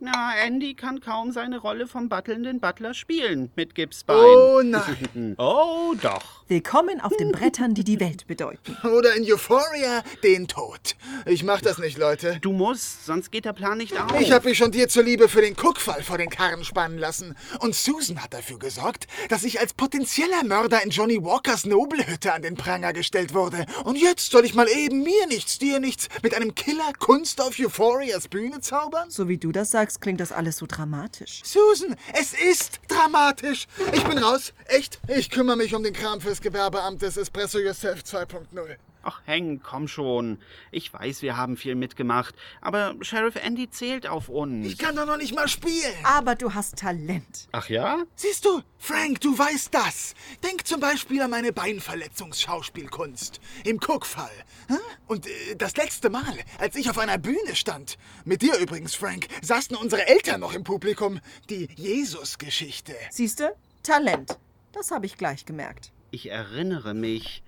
Speaker 2: Na, Andy kann kaum seine Rolle vom battelnden Butler spielen mit Gipsbein.
Speaker 3: Oh
Speaker 2: (laughs)
Speaker 3: nein.
Speaker 2: oh doch.
Speaker 4: Willkommen auf den Brettern, die die Welt bedeuten.
Speaker 3: Oder in Euphoria den Tod. Ich mach das nicht, Leute.
Speaker 2: Du musst, sonst geht der Plan nicht auf.
Speaker 3: Ich habe mich schon dir zuliebe für den Cookfall vor den Karren spannen lassen. Und Susan hat dafür gesorgt, dass ich als potenzieller Mörder in Johnny Walkers Nobelhütte an den Pranger gestellt wurde. Und jetzt soll ich mal eben mir nichts, dir nichts mit einem Killer Kunst auf Euphorias Bühne zaubern?
Speaker 4: So wie du das sagst, klingt das alles so dramatisch.
Speaker 3: Susan, es ist dramatisch. Ich bin raus. Echt? Ich kümmere mich um den Kram fürs Gewerbeamt des Espresso Yourself 2.0.
Speaker 2: Ach, Hank, komm schon. Ich weiß, wir haben viel mitgemacht, aber Sheriff Andy zählt auf uns.
Speaker 3: Ich kann doch noch nicht mal spielen.
Speaker 4: Aber du hast Talent.
Speaker 2: Ach ja?
Speaker 3: Siehst du, Frank, du weißt das. Denk zum Beispiel an meine Beinverletzungsschauspielkunst im Cookfall. Hm? Und äh, das letzte Mal, als ich auf einer Bühne stand, mit dir übrigens, Frank, saßen unsere Eltern noch im Publikum, die Jesus-Geschichte.
Speaker 4: Siehst du? Talent. Das habe ich gleich gemerkt.
Speaker 2: Ich erinnere mich.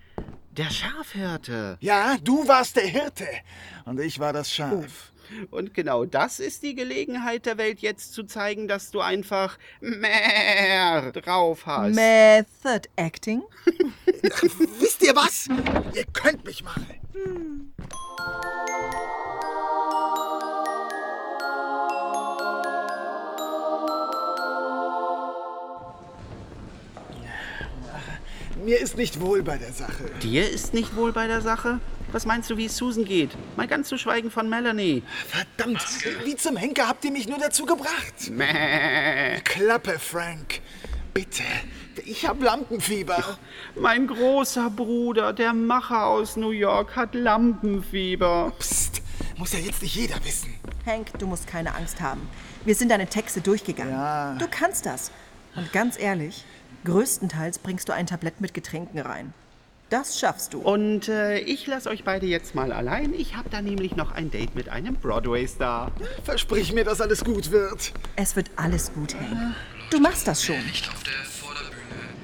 Speaker 2: Der Schafhirte.
Speaker 3: Ja, du warst der Hirte und ich war das Schaf.
Speaker 2: Und genau das ist die Gelegenheit der Welt jetzt zu zeigen, dass du einfach mehr drauf hast.
Speaker 4: Method Acting?
Speaker 3: Wisst ihr was? Ihr könnt mich mal. Mir ist nicht wohl bei der Sache.
Speaker 2: Dir ist nicht wohl bei der Sache? Was meinst du, wie es Susan geht? Mal ganz zu schweigen von Melanie.
Speaker 3: Verdammt, wie zum Henker habt ihr mich nur dazu gebracht?
Speaker 2: Mäh.
Speaker 3: Klappe, Frank. Bitte. Ich hab Lampenfieber.
Speaker 2: Mein großer Bruder, der Macher aus New York, hat Lampenfieber.
Speaker 3: Psst, (laughs) muss ja jetzt nicht jeder wissen.
Speaker 4: Hank, du musst keine Angst haben. Wir sind deine Texte durchgegangen. Du kannst das. Und ganz ehrlich, größtenteils bringst du ein Tablett mit Getränken rein. Das schaffst du.
Speaker 2: Und äh, ich lasse euch beide jetzt mal allein. Ich habe da nämlich noch ein Date mit einem Broadway-Star.
Speaker 3: Versprich mir, dass alles gut wird.
Speaker 4: Es wird alles gut, Hank. Du machst das schon.
Speaker 7: Auf der Vorderbühne.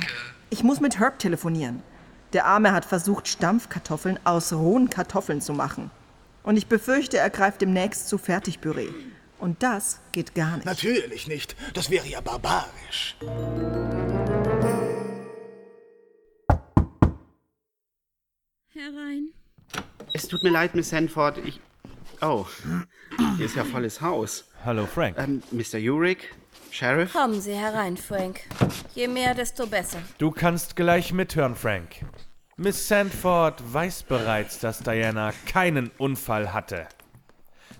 Speaker 4: Ähm, ich muss mit Herb telefonieren. Der Arme hat versucht, Stampfkartoffeln aus rohen Kartoffeln zu machen. Und ich befürchte, er greift demnächst zu Fertigpüree. Und das geht gar nicht.
Speaker 3: Natürlich nicht. Das wäre ja barbarisch.
Speaker 9: Herein.
Speaker 2: Es tut mir leid, Miss Sanford. Ich. Oh, hier ist ja volles Haus.
Speaker 13: Hallo, Frank.
Speaker 2: Ähm, Mr. Urick, Sheriff.
Speaker 9: Kommen Sie herein, Frank. Je mehr, desto besser.
Speaker 13: Du kannst gleich mithören, Frank. Miss Sandford weiß bereits, dass Diana keinen Unfall hatte.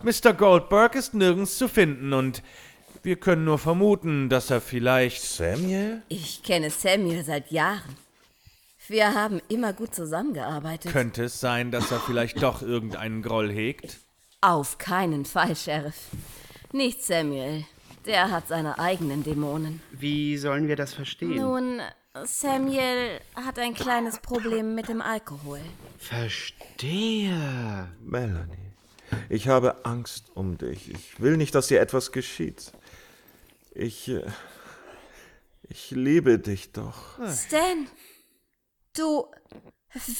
Speaker 13: Mr. Goldberg ist nirgends zu finden und wir können nur vermuten, dass er vielleicht.
Speaker 8: Samuel?
Speaker 9: Ich kenne Samuel seit Jahren. Wir haben immer gut zusammengearbeitet.
Speaker 13: Könnte es sein, dass er vielleicht doch irgendeinen Groll hegt?
Speaker 9: Auf keinen Fall, Sheriff. Nicht Samuel. Der hat seine eigenen Dämonen.
Speaker 2: Wie sollen wir das verstehen?
Speaker 9: Nun, Samuel hat ein kleines Problem mit dem Alkohol.
Speaker 2: Verstehe.
Speaker 8: Melanie, ich habe Angst um dich. Ich will nicht, dass dir etwas geschieht. Ich. äh, Ich liebe dich doch.
Speaker 9: Stan, du,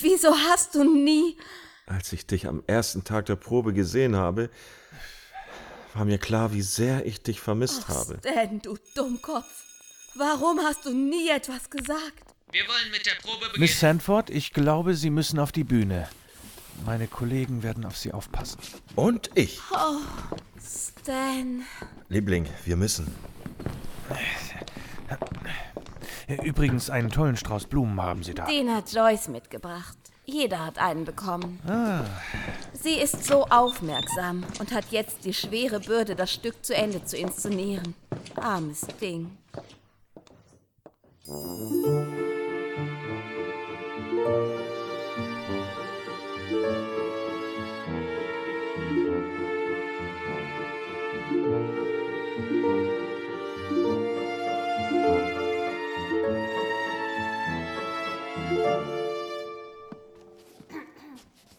Speaker 9: wieso hast du nie...
Speaker 8: Als ich dich am ersten Tag der Probe gesehen habe, war mir klar, wie sehr ich dich vermisst habe.
Speaker 9: Stan, du Dummkopf. Warum hast du nie etwas gesagt?
Speaker 7: Wir wollen mit der Probe beginnen.
Speaker 13: Miss Sandford, ich glaube, Sie müssen auf die Bühne. Meine Kollegen werden auf Sie aufpassen.
Speaker 8: Und ich.
Speaker 9: Oh, Stan.
Speaker 8: Liebling, wir müssen.
Speaker 13: Übrigens, einen tollen Strauß Blumen haben Sie da.
Speaker 9: Den hat Joyce mitgebracht. Jeder hat einen bekommen.
Speaker 13: Ah,
Speaker 9: Sie ist so aufmerksam und hat jetzt die schwere Bürde, das Stück zu Ende zu inszenieren. Armes Ding.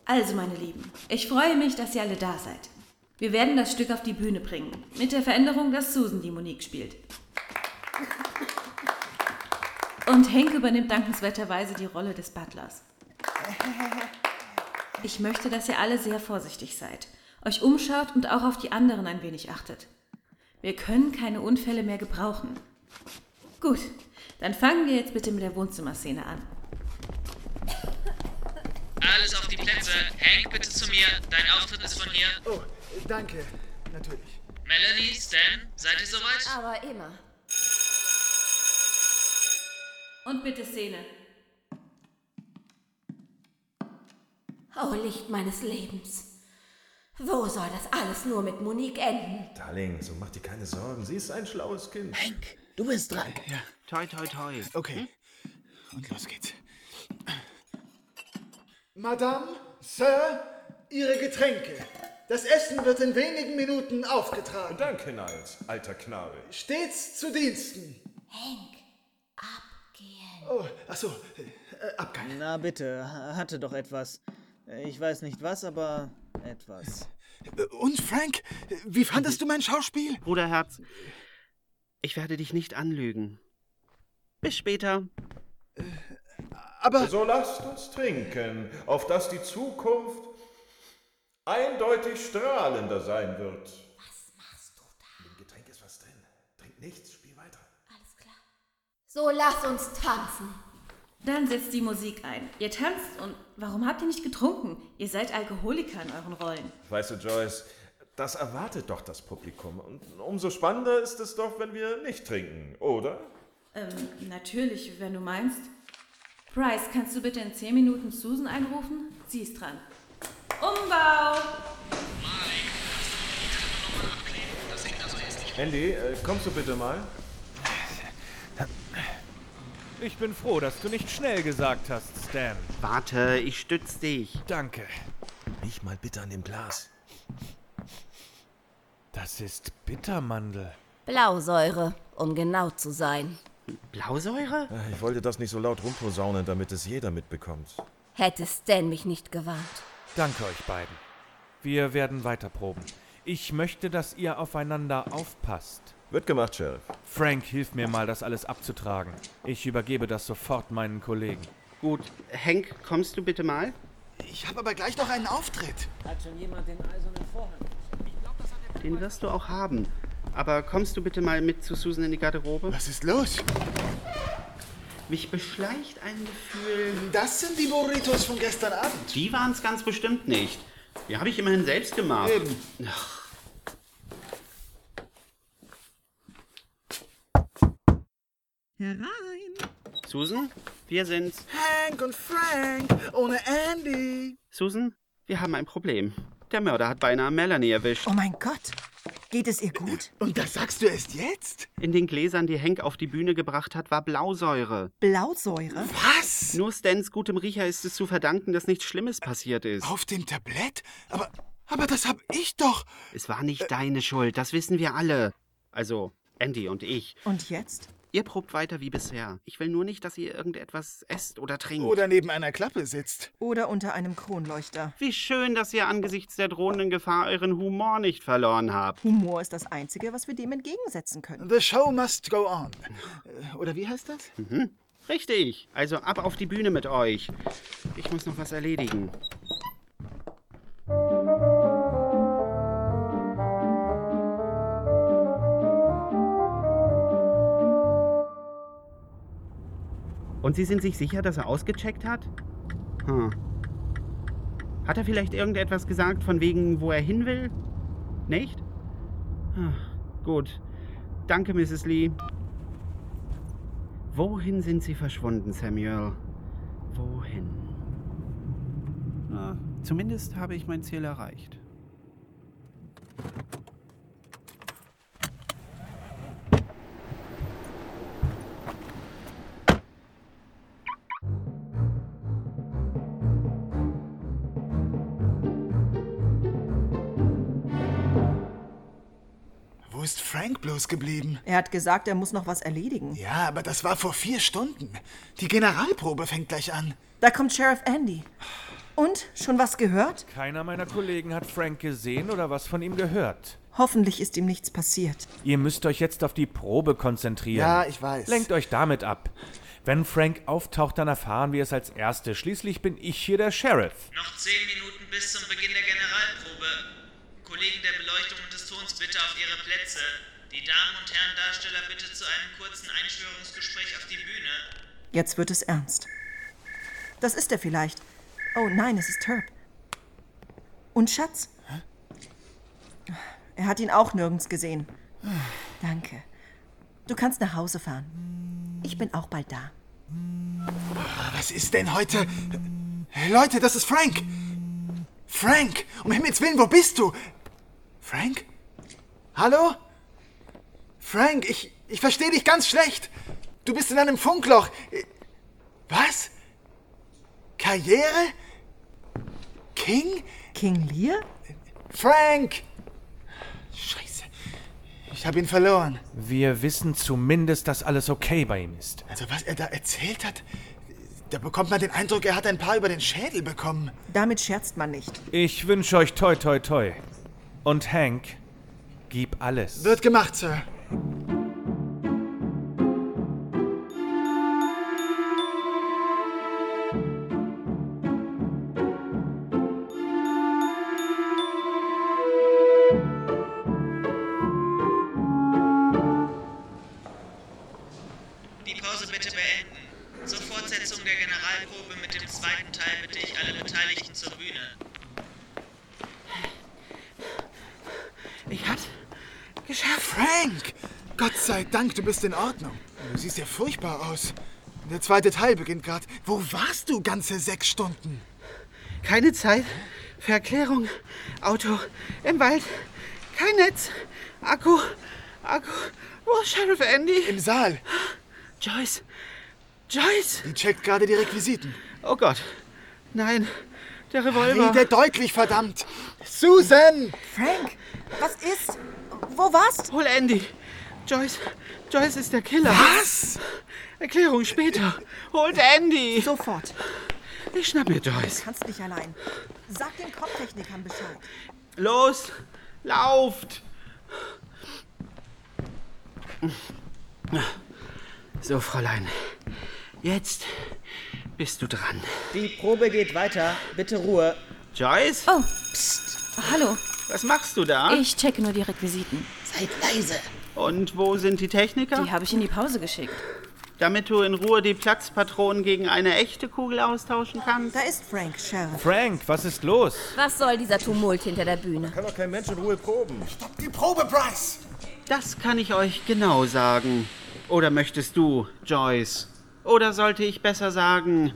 Speaker 11: Also, meine Lieben, ich freue mich, dass ihr alle da seid. Wir werden das Stück auf die Bühne bringen, mit der Veränderung, dass Susan die Monique spielt. Und Henk übernimmt dankenswerterweise die Rolle des Butlers. Ich möchte, dass ihr alle sehr vorsichtig seid, euch umschaut und auch auf die anderen ein wenig achtet. Wir können keine Unfälle mehr gebrauchen. Gut, dann fangen wir jetzt bitte mit der Wohnzimmerszene an.
Speaker 7: Alles auf die Plätze. Hank, bitte zu mir. Dein Auftritt ist von hier.
Speaker 1: Oh, danke. Natürlich.
Speaker 7: Melanie, Stan, seid ihr soweit?
Speaker 16: Ah.
Speaker 9: Aber immer.
Speaker 11: Und bitte Szene.
Speaker 14: Oh Licht meines Lebens. Wo soll das alles nur mit Monique enden?
Speaker 8: Darling, so mach dir keine Sorgen. Sie ist ein schlaues Kind.
Speaker 1: Hank,
Speaker 14: du bist dran.
Speaker 1: Ja.
Speaker 2: Toi, toi, toi.
Speaker 1: Okay. Hm? Und los geht's. Madame, Sir, Ihre Getränke. Das Essen wird in wenigen Minuten aufgetragen.
Speaker 8: Danke, Niles, alter Knabe.
Speaker 1: Stets zu Diensten.
Speaker 14: Hank, abgehen.
Speaker 1: Oh, achso, äh, abgehen.
Speaker 16: Na bitte, ha- hatte doch etwas. Ich weiß nicht was, aber etwas.
Speaker 2: Äh,
Speaker 3: Und Frank, wie fandest du mein Schauspiel?
Speaker 2: Bruderherz, ich werde dich nicht anlügen. Bis später.
Speaker 1: Aber.
Speaker 8: So lasst uns trinken, auf dass die Zukunft eindeutig strahlender sein wird. Was machst du da? Im Getränk ist was drin. Trink nichts, spiel weiter.
Speaker 14: So lass uns tanzen.
Speaker 11: Dann setzt die Musik ein. Ihr tanzt und warum habt ihr nicht getrunken? Ihr seid Alkoholiker in euren Rollen.
Speaker 8: Weißt du, Joyce, das erwartet doch das Publikum. Und umso spannender ist es doch, wenn wir nicht trinken, oder?
Speaker 11: Ähm, natürlich, wenn du meinst. Bryce, kannst du bitte in 10 Minuten Susan einrufen? Sie ist dran. Umbau!
Speaker 8: Andy, äh, kommst du bitte mal?
Speaker 13: Ich bin froh, dass du nicht schnell gesagt hast, Stan.
Speaker 2: Warte, ich stütz dich.
Speaker 13: Danke.
Speaker 8: Riech mal bitte an dem Glas.
Speaker 13: Das ist Bittermandel.
Speaker 9: Blausäure, um genau zu sein.
Speaker 2: Blausäure?
Speaker 8: Äh, Ich wollte das nicht so laut rumposaunen, damit es jeder mitbekommt.
Speaker 9: Hätte Stan mich nicht gewarnt.
Speaker 13: Danke euch beiden. Wir werden weiterproben. Ich möchte, dass ihr aufeinander aufpasst.
Speaker 8: Wird gemacht, Sheriff.
Speaker 13: Frank, hilf mir mal, das alles abzutragen. Ich übergebe das sofort meinen Kollegen.
Speaker 2: Gut. Hank, kommst du bitte mal?
Speaker 3: Ich habe aber gleich noch einen Auftritt.
Speaker 16: Hat schon jemand den eisernen Vorhang?
Speaker 2: Den wirst du auch haben. Aber kommst du bitte mal mit zu Susan in die Garderobe? Was
Speaker 3: ist los?
Speaker 2: Mich beschleicht ein Gefühl.
Speaker 1: Das sind die Burritos von gestern Abend.
Speaker 2: Die waren es ganz bestimmt nicht. Die habe ich immerhin selbst gemacht.
Speaker 1: Eben.
Speaker 2: Ach,
Speaker 1: Herein.
Speaker 2: Susan, wir sind's.
Speaker 1: Hank und Frank ohne Andy.
Speaker 2: Susan, wir haben ein Problem. Der Mörder hat beinahe Melanie erwischt.
Speaker 4: Oh mein Gott. Geht es ihr gut?
Speaker 3: Und das sagst du erst jetzt?
Speaker 2: In den Gläsern, die Hank auf die Bühne gebracht hat, war Blausäure.
Speaker 4: Blausäure?
Speaker 3: Was?
Speaker 2: Nur Stans gutem Riecher ist es zu verdanken, dass nichts Schlimmes passiert ist.
Speaker 3: Auf dem Tablett? Aber, aber das hab ich doch.
Speaker 2: Es war nicht deine Schuld, das wissen wir alle. Also, Andy und ich.
Speaker 4: Und jetzt?
Speaker 2: Ihr probt weiter wie bisher. Ich will nur nicht, dass ihr irgendetwas esst oder trinkt.
Speaker 3: Oder neben einer Klappe sitzt.
Speaker 4: Oder unter einem Kronleuchter.
Speaker 2: Wie schön, dass ihr angesichts der drohenden Gefahr euren Humor nicht verloren habt.
Speaker 4: Humor ist das Einzige, was wir dem entgegensetzen können.
Speaker 3: The show must go on. Äh, Oder wie heißt das?
Speaker 2: Mhm. Richtig. Also ab auf die Bühne mit euch. Ich muss noch was erledigen. Und Sie sind sich sicher, dass er ausgecheckt hat? Hm. Hat er vielleicht irgendetwas gesagt von wegen, wo er hin will? Nicht? Ah, Gut. Danke, Mrs. Lee. Wohin sind Sie verschwunden, Samuel? Wohin? Na, Ah, zumindest habe ich mein Ziel erreicht.
Speaker 3: Wo ist Frank bloß geblieben?
Speaker 4: Er hat gesagt, er muss noch was erledigen.
Speaker 3: Ja, aber das war vor vier Stunden. Die Generalprobe fängt gleich an.
Speaker 4: Da kommt Sheriff Andy. Und? Schon was gehört?
Speaker 13: Keiner meiner Kollegen hat Frank gesehen oder was von ihm gehört.
Speaker 4: Hoffentlich ist ihm nichts passiert.
Speaker 13: Ihr müsst euch jetzt auf die Probe konzentrieren.
Speaker 3: Ja, ich weiß.
Speaker 13: Lenkt euch damit ab. Wenn Frank auftaucht, dann erfahren wir es als Erste. Schließlich bin ich hier der Sheriff.
Speaker 7: Noch zehn Minuten bis zum Beginn der Generalprobe. Kollegen der Beleuchtung und des Tons bitte auf ihre Plätze. Die Damen und Herren Darsteller bitte zu einem kurzen Einschwörungsgespräch auf die Bühne.
Speaker 4: Jetzt wird es ernst. Das ist er vielleicht. Oh nein, es ist Herb. Und Schatz? Er hat ihn auch nirgends gesehen. Danke. Du kannst nach Hause fahren. Ich bin auch bald da.
Speaker 3: Was ist denn heute? Leute, das ist Frank! Frank! Um Himmels Willen, wo bist du? Frank? Hallo? Frank, ich, ich verstehe dich ganz schlecht. Du bist in einem Funkloch. Was? Karriere? King?
Speaker 4: King Lear?
Speaker 3: Frank! Scheiße. Ich habe ihn verloren.
Speaker 13: Wir wissen zumindest, dass alles okay bei ihm ist.
Speaker 3: Also was er da erzählt hat, da bekommt man den Eindruck, er hat ein paar über den Schädel bekommen.
Speaker 4: Damit scherzt man nicht.
Speaker 13: Ich wünsche euch toi toi toi. Und Hank, gib alles.
Speaker 3: Wird gemacht, Sir.
Speaker 7: Die Pause bitte beenden. Zur Fortsetzung der Generalprobe mit dem zweiten Teil bitte ich alle Beteiligten zur Bühne.
Speaker 3: Ich hab's geschafft. Frank! Gott sei Dank, du bist in Ordnung. Du siehst ja furchtbar aus. Der zweite Teil beginnt gerade. Wo warst du ganze sechs Stunden?
Speaker 2: Keine Zeit für Erklärung. Auto im Wald. Kein Netz. Akku. Akku. Wo ist Sheriff Andy?
Speaker 3: Im Saal.
Speaker 2: Joyce. Joyce.
Speaker 3: Die checkt gerade die Requisiten.
Speaker 2: Oh Gott. Nein. Der Revolver.
Speaker 3: Rede deutlich, verdammt! Susan!
Speaker 4: Frank, was ist? Wo warst?
Speaker 2: Hol Andy. Joyce. Joyce ist der Killer.
Speaker 3: Was?
Speaker 2: Erklärung später. Holt Andy.
Speaker 4: Sofort.
Speaker 2: Ich schnapp mir
Speaker 4: Du
Speaker 2: Joyce.
Speaker 4: kannst nicht allein. Sag den Kopftechnikern Bescheid.
Speaker 2: Los. Lauft. So, Fräulein. Jetzt bist du dran.
Speaker 16: Die Probe geht weiter. Bitte Ruhe.
Speaker 2: Joyce?
Speaker 9: Oh, pst. Hallo.
Speaker 2: Was machst du da?
Speaker 9: Ich checke nur die Requisiten.
Speaker 2: Seid leise. Und wo sind die Techniker?
Speaker 9: Die habe ich in die Pause geschickt.
Speaker 2: Damit du in Ruhe die Platzpatronen gegen eine echte Kugel austauschen kannst.
Speaker 4: Da ist Frank, Sheriff.
Speaker 13: Frank, was ist los?
Speaker 9: Was soll dieser Tumult hinter der Bühne?
Speaker 8: Kann doch kein Mensch in Ruhe proben.
Speaker 3: Die Probe, Bryce!
Speaker 2: Das kann ich euch genau sagen. Oder möchtest du, Joyce? Oder sollte ich besser sagen,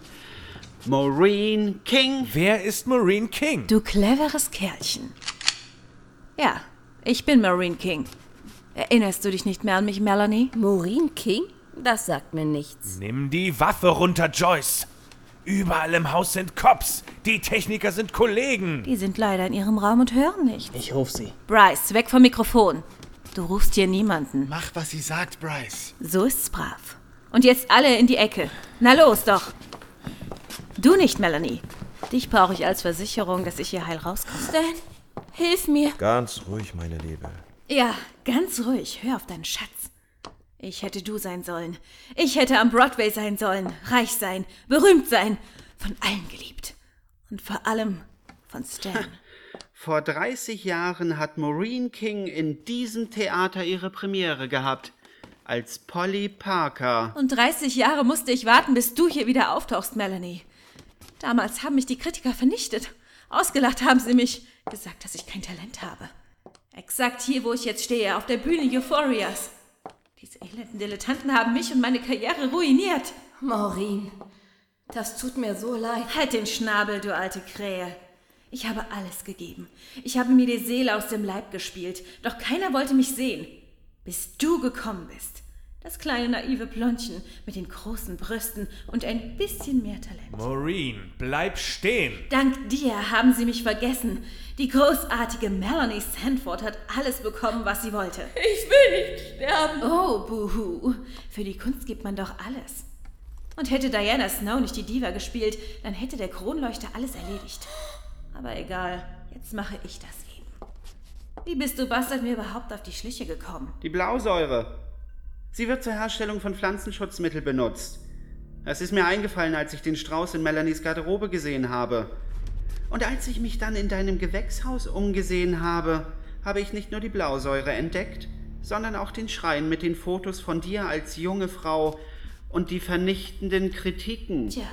Speaker 2: Maureen King?
Speaker 13: Wer ist Maureen King?
Speaker 11: Du cleveres Kerlchen. Ja, ich bin Maureen King. Erinnerst du dich nicht mehr an mich, Melanie?
Speaker 9: Maureen King? Das sagt mir nichts.
Speaker 13: Nimm die Waffe runter, Joyce. Überall im Haus sind Cops. Die Techniker sind Kollegen.
Speaker 11: Die sind leider in ihrem Raum und hören nicht.
Speaker 16: Ich ruf sie.
Speaker 11: Bryce, weg vom Mikrofon. Du rufst hier niemanden.
Speaker 3: Mach, was sie sagt, Bryce.
Speaker 11: So ist's brav. Und jetzt alle in die Ecke. Na los doch. Du nicht, Melanie. Dich brauche ich als Versicherung, dass ich hier heil rauskomme.
Speaker 9: Stan, hilf mir.
Speaker 8: Ganz ruhig, meine Liebe.
Speaker 11: Ja, ganz ruhig. Hör auf deinen Schatz. Ich hätte du sein sollen. Ich hätte am Broadway sein sollen. Reich sein. Berühmt sein. Von allen geliebt. Und vor allem von Stan.
Speaker 2: Vor 30 Jahren hat Maureen King in diesem Theater ihre Premiere gehabt. Als Polly Parker.
Speaker 11: Und 30 Jahre musste ich warten, bis du hier wieder auftauchst, Melanie. Damals haben mich die Kritiker vernichtet. Ausgelacht haben sie mich. Gesagt, dass ich kein Talent habe. Exakt hier, wo ich jetzt stehe, auf der Bühne Euphorias. Diese elenden Dilettanten haben mich und meine Karriere ruiniert.
Speaker 9: Maureen, das tut mir so leid.
Speaker 11: Halt den Schnabel, du alte Krähe. Ich habe alles gegeben. Ich habe mir die Seele aus dem Leib gespielt, doch keiner wollte mich sehen. Bis du gekommen bist. Das kleine naive Blondchen mit den großen Brüsten und ein bisschen mehr Talent.
Speaker 13: Maureen, bleib stehen.
Speaker 11: Dank dir haben sie mich vergessen. Die großartige Melanie Sanford hat alles bekommen, was sie wollte.
Speaker 17: Ich will nicht sterben.
Speaker 11: Oh, buhu. Für die Kunst gibt man doch alles. Und hätte Diana Snow nicht die Diva gespielt, dann hätte der Kronleuchter alles erledigt. Aber egal, jetzt mache ich das eben. Wie bist du Bastard mir überhaupt auf die Schliche gekommen?
Speaker 2: Die Blausäure. Sie wird zur Herstellung von Pflanzenschutzmittel benutzt. Es ist mir eingefallen, als ich den Strauß in Melanies Garderobe gesehen habe. Und als ich mich dann in deinem Gewächshaus umgesehen habe, habe ich nicht nur die Blausäure entdeckt, sondern auch den Schrein mit den Fotos von dir als junge Frau und die vernichtenden Kritiken.
Speaker 11: Tja,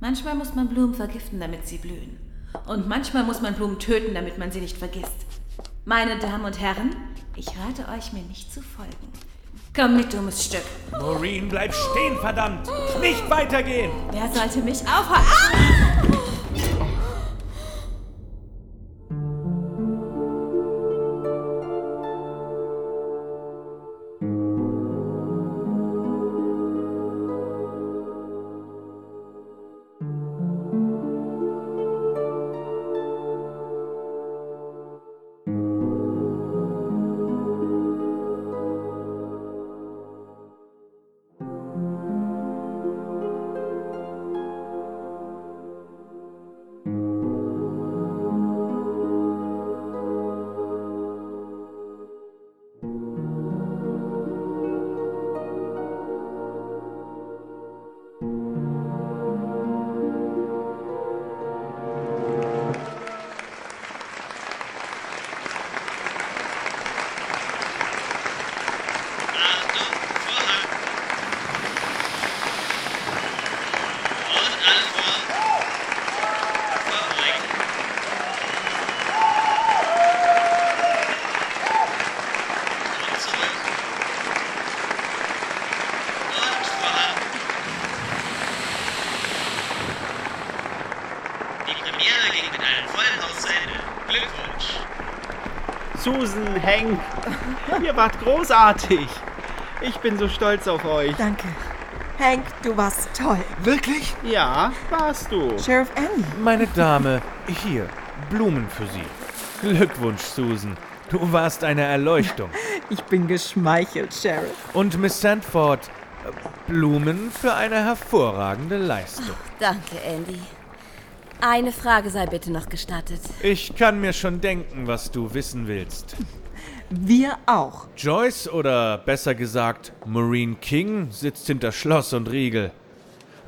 Speaker 11: manchmal muss man Blumen vergiften, damit sie blühen. Und manchmal muss man Blumen töten, damit man sie nicht vergisst. Meine Damen und Herren, ich rate euch, mir nicht zu folgen. Komm mit, dummes Stück.
Speaker 13: Maureen, bleib stehen, verdammt. Nicht weitergehen.
Speaker 11: Wer sollte mich aufhalten? Ah!
Speaker 2: Susan, Hank, ihr wart großartig. Ich bin so stolz auf euch.
Speaker 4: Danke. Hank, du warst toll.
Speaker 2: Wirklich? Ja, warst du.
Speaker 4: Sheriff Annie.
Speaker 13: Meine Dame, hier, Blumen für Sie. Glückwunsch, Susan. Du warst eine Erleuchtung.
Speaker 4: (laughs) Ich bin geschmeichelt, Sheriff.
Speaker 13: Und Miss Sandford, Blumen für eine hervorragende Leistung.
Speaker 9: Danke, Andy. Eine Frage sei bitte noch gestattet.
Speaker 13: Ich kann mir schon denken, was du wissen willst.
Speaker 4: Wir auch.
Speaker 13: Joyce oder besser gesagt Maureen King sitzt hinter Schloss und Riegel.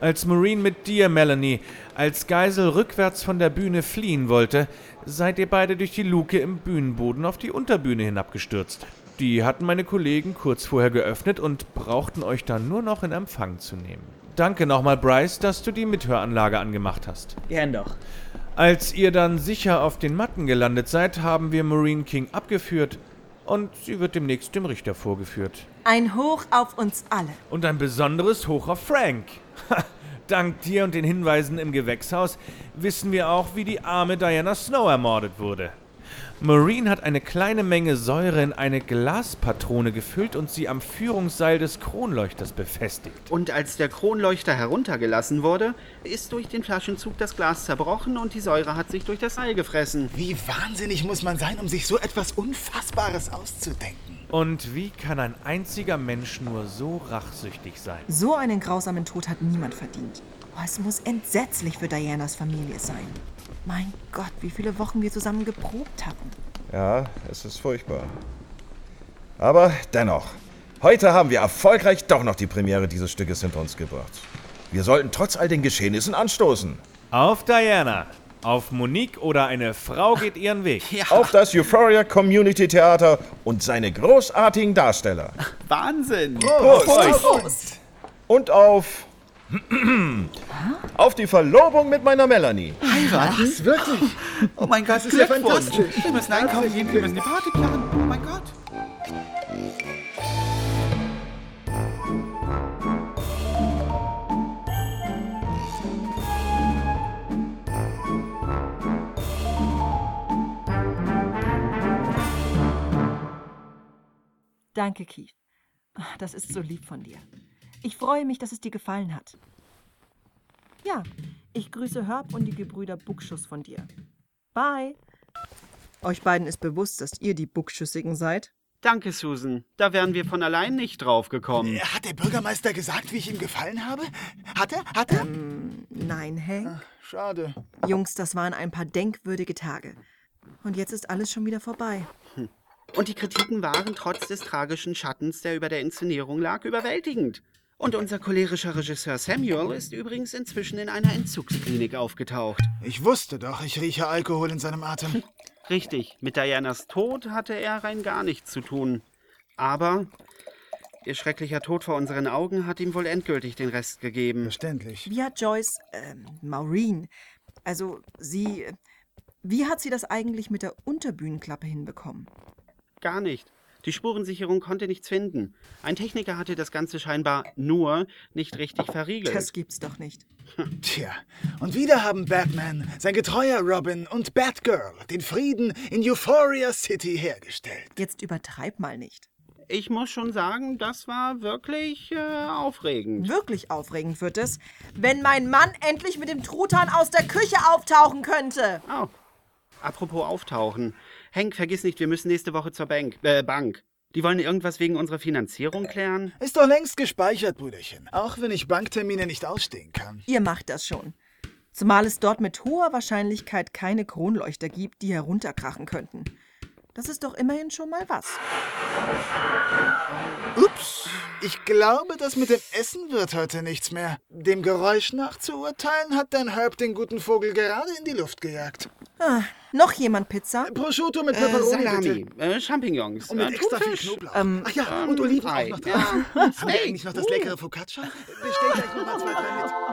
Speaker 13: Als Maureen mit dir, Melanie, als Geisel rückwärts von der Bühne fliehen wollte, seid ihr beide durch die Luke im Bühnenboden auf die Unterbühne hinabgestürzt. Die hatten meine Kollegen kurz vorher geöffnet und brauchten euch dann nur noch in Empfang zu nehmen. Danke nochmal, Bryce, dass du die Mithöranlage angemacht hast.
Speaker 16: Gern doch.
Speaker 13: Als ihr dann sicher auf den Matten gelandet seid, haben wir Maureen King abgeführt und sie wird demnächst dem Richter vorgeführt.
Speaker 4: Ein Hoch auf uns alle.
Speaker 13: Und ein besonderes Hoch auf Frank. (laughs) Dank dir und den Hinweisen im Gewächshaus wissen wir auch, wie die arme Diana Snow ermordet wurde. Maureen hat eine kleine Menge Säure in eine Glaspatrone gefüllt und sie am Führungsseil des Kronleuchters befestigt.
Speaker 2: Und als der Kronleuchter heruntergelassen wurde, ist durch den Flaschenzug das Glas zerbrochen und die Säure hat sich durch das Seil gefressen.
Speaker 3: Wie wahnsinnig muss man sein, um sich so etwas Unfassbares auszudenken?
Speaker 13: Und wie kann ein einziger Mensch nur so rachsüchtig sein?
Speaker 4: So einen grausamen Tod hat niemand verdient. Oh, es muss entsetzlich für Dianas Familie sein. Mein Gott, wie viele Wochen wir zusammen geprobt haben.
Speaker 8: Ja, es ist furchtbar. Aber dennoch, heute haben wir erfolgreich doch noch die Premiere dieses Stückes hinter uns gebracht. Wir sollten trotz all den Geschehnissen anstoßen.
Speaker 13: Auf Diana, auf Monique oder eine Frau geht ihren Weg.
Speaker 8: Ah. Auf das Euphoria Community Theater und seine großartigen Darsteller.
Speaker 2: Wahnsinn!
Speaker 8: Prost. Und auf. auf die Verlobung mit meiner Melanie.
Speaker 1: Heiraten? Was? Wirklich?
Speaker 2: Oh mein Gott,
Speaker 1: Das ist ja
Speaker 2: Glückwunsch.
Speaker 1: fantastisch.
Speaker 2: Wir müssen einkaufen gehen, wir müssen die Party planen. Oh mein Gott.
Speaker 4: Danke, Keith. Ach, Das ist so lieb von dir. Ich freue mich, dass es dir gefallen hat. Ja, ich grüße Herb und die Gebrüder Buckschuss von dir. Bye. Euch beiden ist bewusst, dass ihr die Buckschüssigen seid?
Speaker 2: Danke, Susan. Da wären wir von allein nicht drauf gekommen.
Speaker 3: Äh, Hat der Bürgermeister gesagt, wie ich ihm gefallen habe? Hat er? Hat er?
Speaker 4: Ähm, Nein, Hank.
Speaker 3: schade.
Speaker 4: Jungs, das waren ein paar denkwürdige Tage. Und jetzt ist alles schon wieder vorbei.
Speaker 2: Und die Kritiken waren trotz des tragischen Schattens, der über der Inszenierung lag, überwältigend. Und unser cholerischer Regisseur Samuel ist übrigens inzwischen in einer Entzugsklinik aufgetaucht.
Speaker 3: Ich wusste doch, ich rieche Alkohol in seinem Atem.
Speaker 2: (laughs) Richtig, mit Dianas Tod hatte er rein gar nichts zu tun. Aber ihr schrecklicher Tod vor unseren Augen hat ihm wohl endgültig den Rest gegeben.
Speaker 3: Verständlich.
Speaker 4: Wie hat Joyce, ähm, Maureen, also sie, äh, wie hat sie das eigentlich mit der Unterbühnenklappe hinbekommen?
Speaker 2: Gar nicht. Die Spurensicherung konnte nichts finden. Ein Techniker hatte das Ganze scheinbar nur nicht richtig verriegelt.
Speaker 4: Das gibt's doch nicht.
Speaker 3: Tja, und wieder haben Batman, sein getreuer Robin und Batgirl den Frieden in Euphoria City hergestellt.
Speaker 4: Jetzt übertreib mal nicht.
Speaker 2: Ich muss schon sagen, das war wirklich äh, aufregend.
Speaker 4: Wirklich aufregend wird es, wenn mein Mann endlich mit dem Truthahn aus der Küche auftauchen könnte.
Speaker 2: Oh. Apropos auftauchen. Henk, vergiss nicht, wir müssen nächste Woche zur Bank. Äh, Bank. Die wollen irgendwas wegen unserer Finanzierung klären?
Speaker 3: Äh, Ist doch längst gespeichert, Brüderchen. Auch wenn ich Banktermine nicht ausstehen kann.
Speaker 4: Ihr macht das schon. Zumal es dort mit hoher Wahrscheinlichkeit keine Kronleuchter gibt, die herunterkrachen könnten. Das ist doch immerhin schon mal was.
Speaker 3: Ups, ich glaube, das mit dem Essen wird heute nichts mehr. Dem Geräusch nach zu urteilen, hat dein Herb den guten Vogel gerade in die Luft gejagt.
Speaker 4: Ah, noch jemand Pizza?
Speaker 3: Prosciutto mit
Speaker 2: Äh,
Speaker 3: Pepperoni,
Speaker 2: Salami,
Speaker 3: bitte.
Speaker 2: äh, Champignons,
Speaker 3: Und mit
Speaker 2: äh,
Speaker 3: extra viel
Speaker 2: Thunfisch.
Speaker 3: Knoblauch.
Speaker 2: Ähm,
Speaker 3: Ach ja,
Speaker 2: ähm,
Speaker 3: und Oliven
Speaker 2: Ei.
Speaker 3: auch noch drauf.
Speaker 2: Ja,
Speaker 3: Haben wir eigentlich noch das
Speaker 2: Steak.
Speaker 3: leckere Focaccia? Bestell gleich nochmal zwei, drei mit.